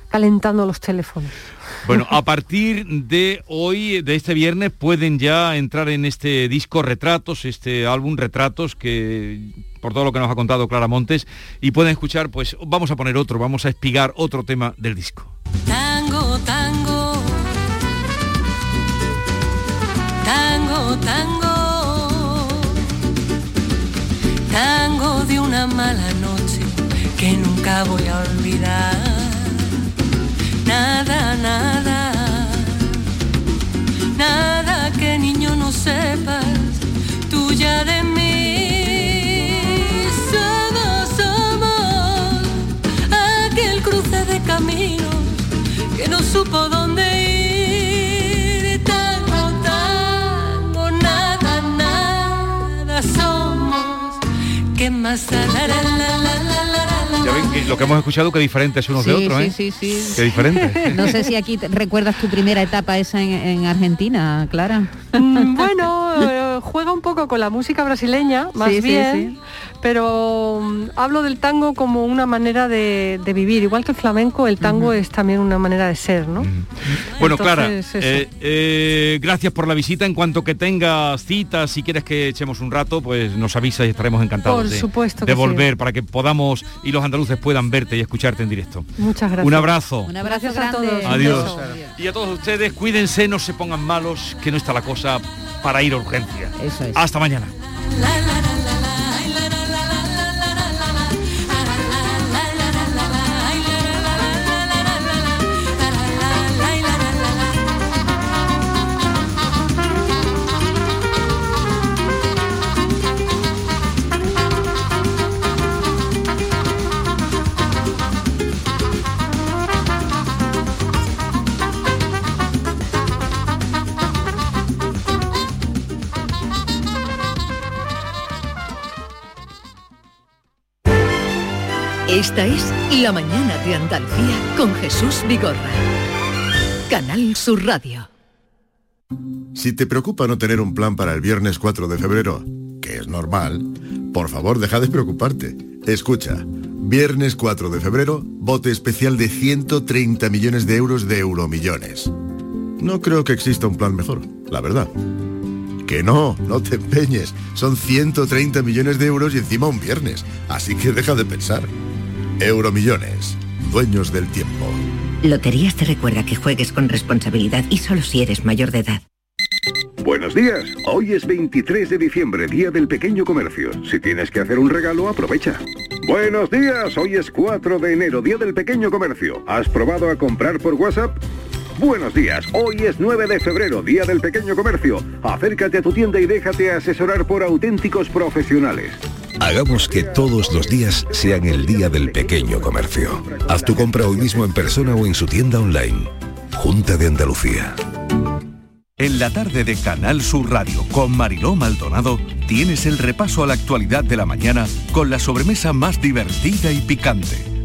S: calentando los teléfonos.
C: Bueno, a partir de hoy, de este viernes, pueden ya entrar en este disco Retratos, este álbum Retratos, que por todo lo que nos ha contado Clara Montes, y pueden escuchar, pues vamos a poner otro, vamos a espigar otro tema del disco.
A: Tango, tango. Tango, tango. Tango de una mala noche que nunca voy a olvidar. Nada, nada. Nada que niño no sepas tuya de mí. Somos, somos aquel cruce de caminos que no supo dónde ir. Tango, tango, nada, nada somos. Que más la, la, la, la, la, la, la, la.
C: Ya ven que lo que hemos escuchado que diferentes unos de
D: Sí,
C: otros,
D: sí,
C: ¿eh?
D: sí, sí.
C: Qué diferente.
D: No sé si aquí te- recuerdas tu primera etapa esa en, en Argentina, Clara.
S: Mm, bueno, eh, juega un poco con la música brasileña, más
D: Sí, sí,
S: bien, pero mm, hablo del tango como una manera de, de vivir, igual que el flamenco, el tango es también una manera de ser, ¿no?
C: Bueno, Clara,
S: Entonces, eso.
C: eh, eh, gracias por la visita. En cuanto que tengas citas, si quieres que echemos un rato, pues nos avisas y estaremos encantados
S: Por
C: de,
S: supuesto
C: de
S: que sí.
C: volver para que podamos y los andaluces puedan verte y escucharte en directo.
S: Muchas gracias.
C: Un abrazo. Un
S: abrazo a todos.
C: Adiós. Y a todos ustedes, cuídense, no se pongan malos, que no está la cosa para ir a urgencia. Hasta mañana.
R: Esta es La mañana de Andalucía con Jesús Vigorra. Canal Sur Radio.
T: Si te preocupa no tener un plan para el viernes 4 de febrero, que es normal, por favor deja de preocuparte. Escucha, viernes 4 de febrero, bote especial de 130 millones de euros de euromillones. No creo que exista un plan mejor, la verdad. Que no, no te empeñes. Son 130 millones de euros y encima un viernes. Así que deja de pensar. Euromillones, dueños del tiempo.
I: Loterías te recuerda que juegues con responsabilidad y solo si eres mayor de edad. Buenos días. Hoy es 23 de diciembre, Día del Pequeño Comercio. Si tienes que hacer un regalo, aprovecha. Buenos días. Hoy es 4 de enero, Día del Pequeño Comercio. ¿Has probado a comprar por WhatsApp? Buenos días, hoy es 9 de febrero, Día del Pequeño Comercio. Acércate a tu tienda y déjate asesorar por auténticos profesionales.
U: Hagamos que todos los días sean el día del pequeño comercio. Haz tu compra hoy mismo en persona o en su tienda online. Junta de Andalucía.
V: En la tarde de Canal Sur Radio con Mariló Maldonado tienes el repaso a la actualidad de la mañana con la sobremesa más divertida y picante,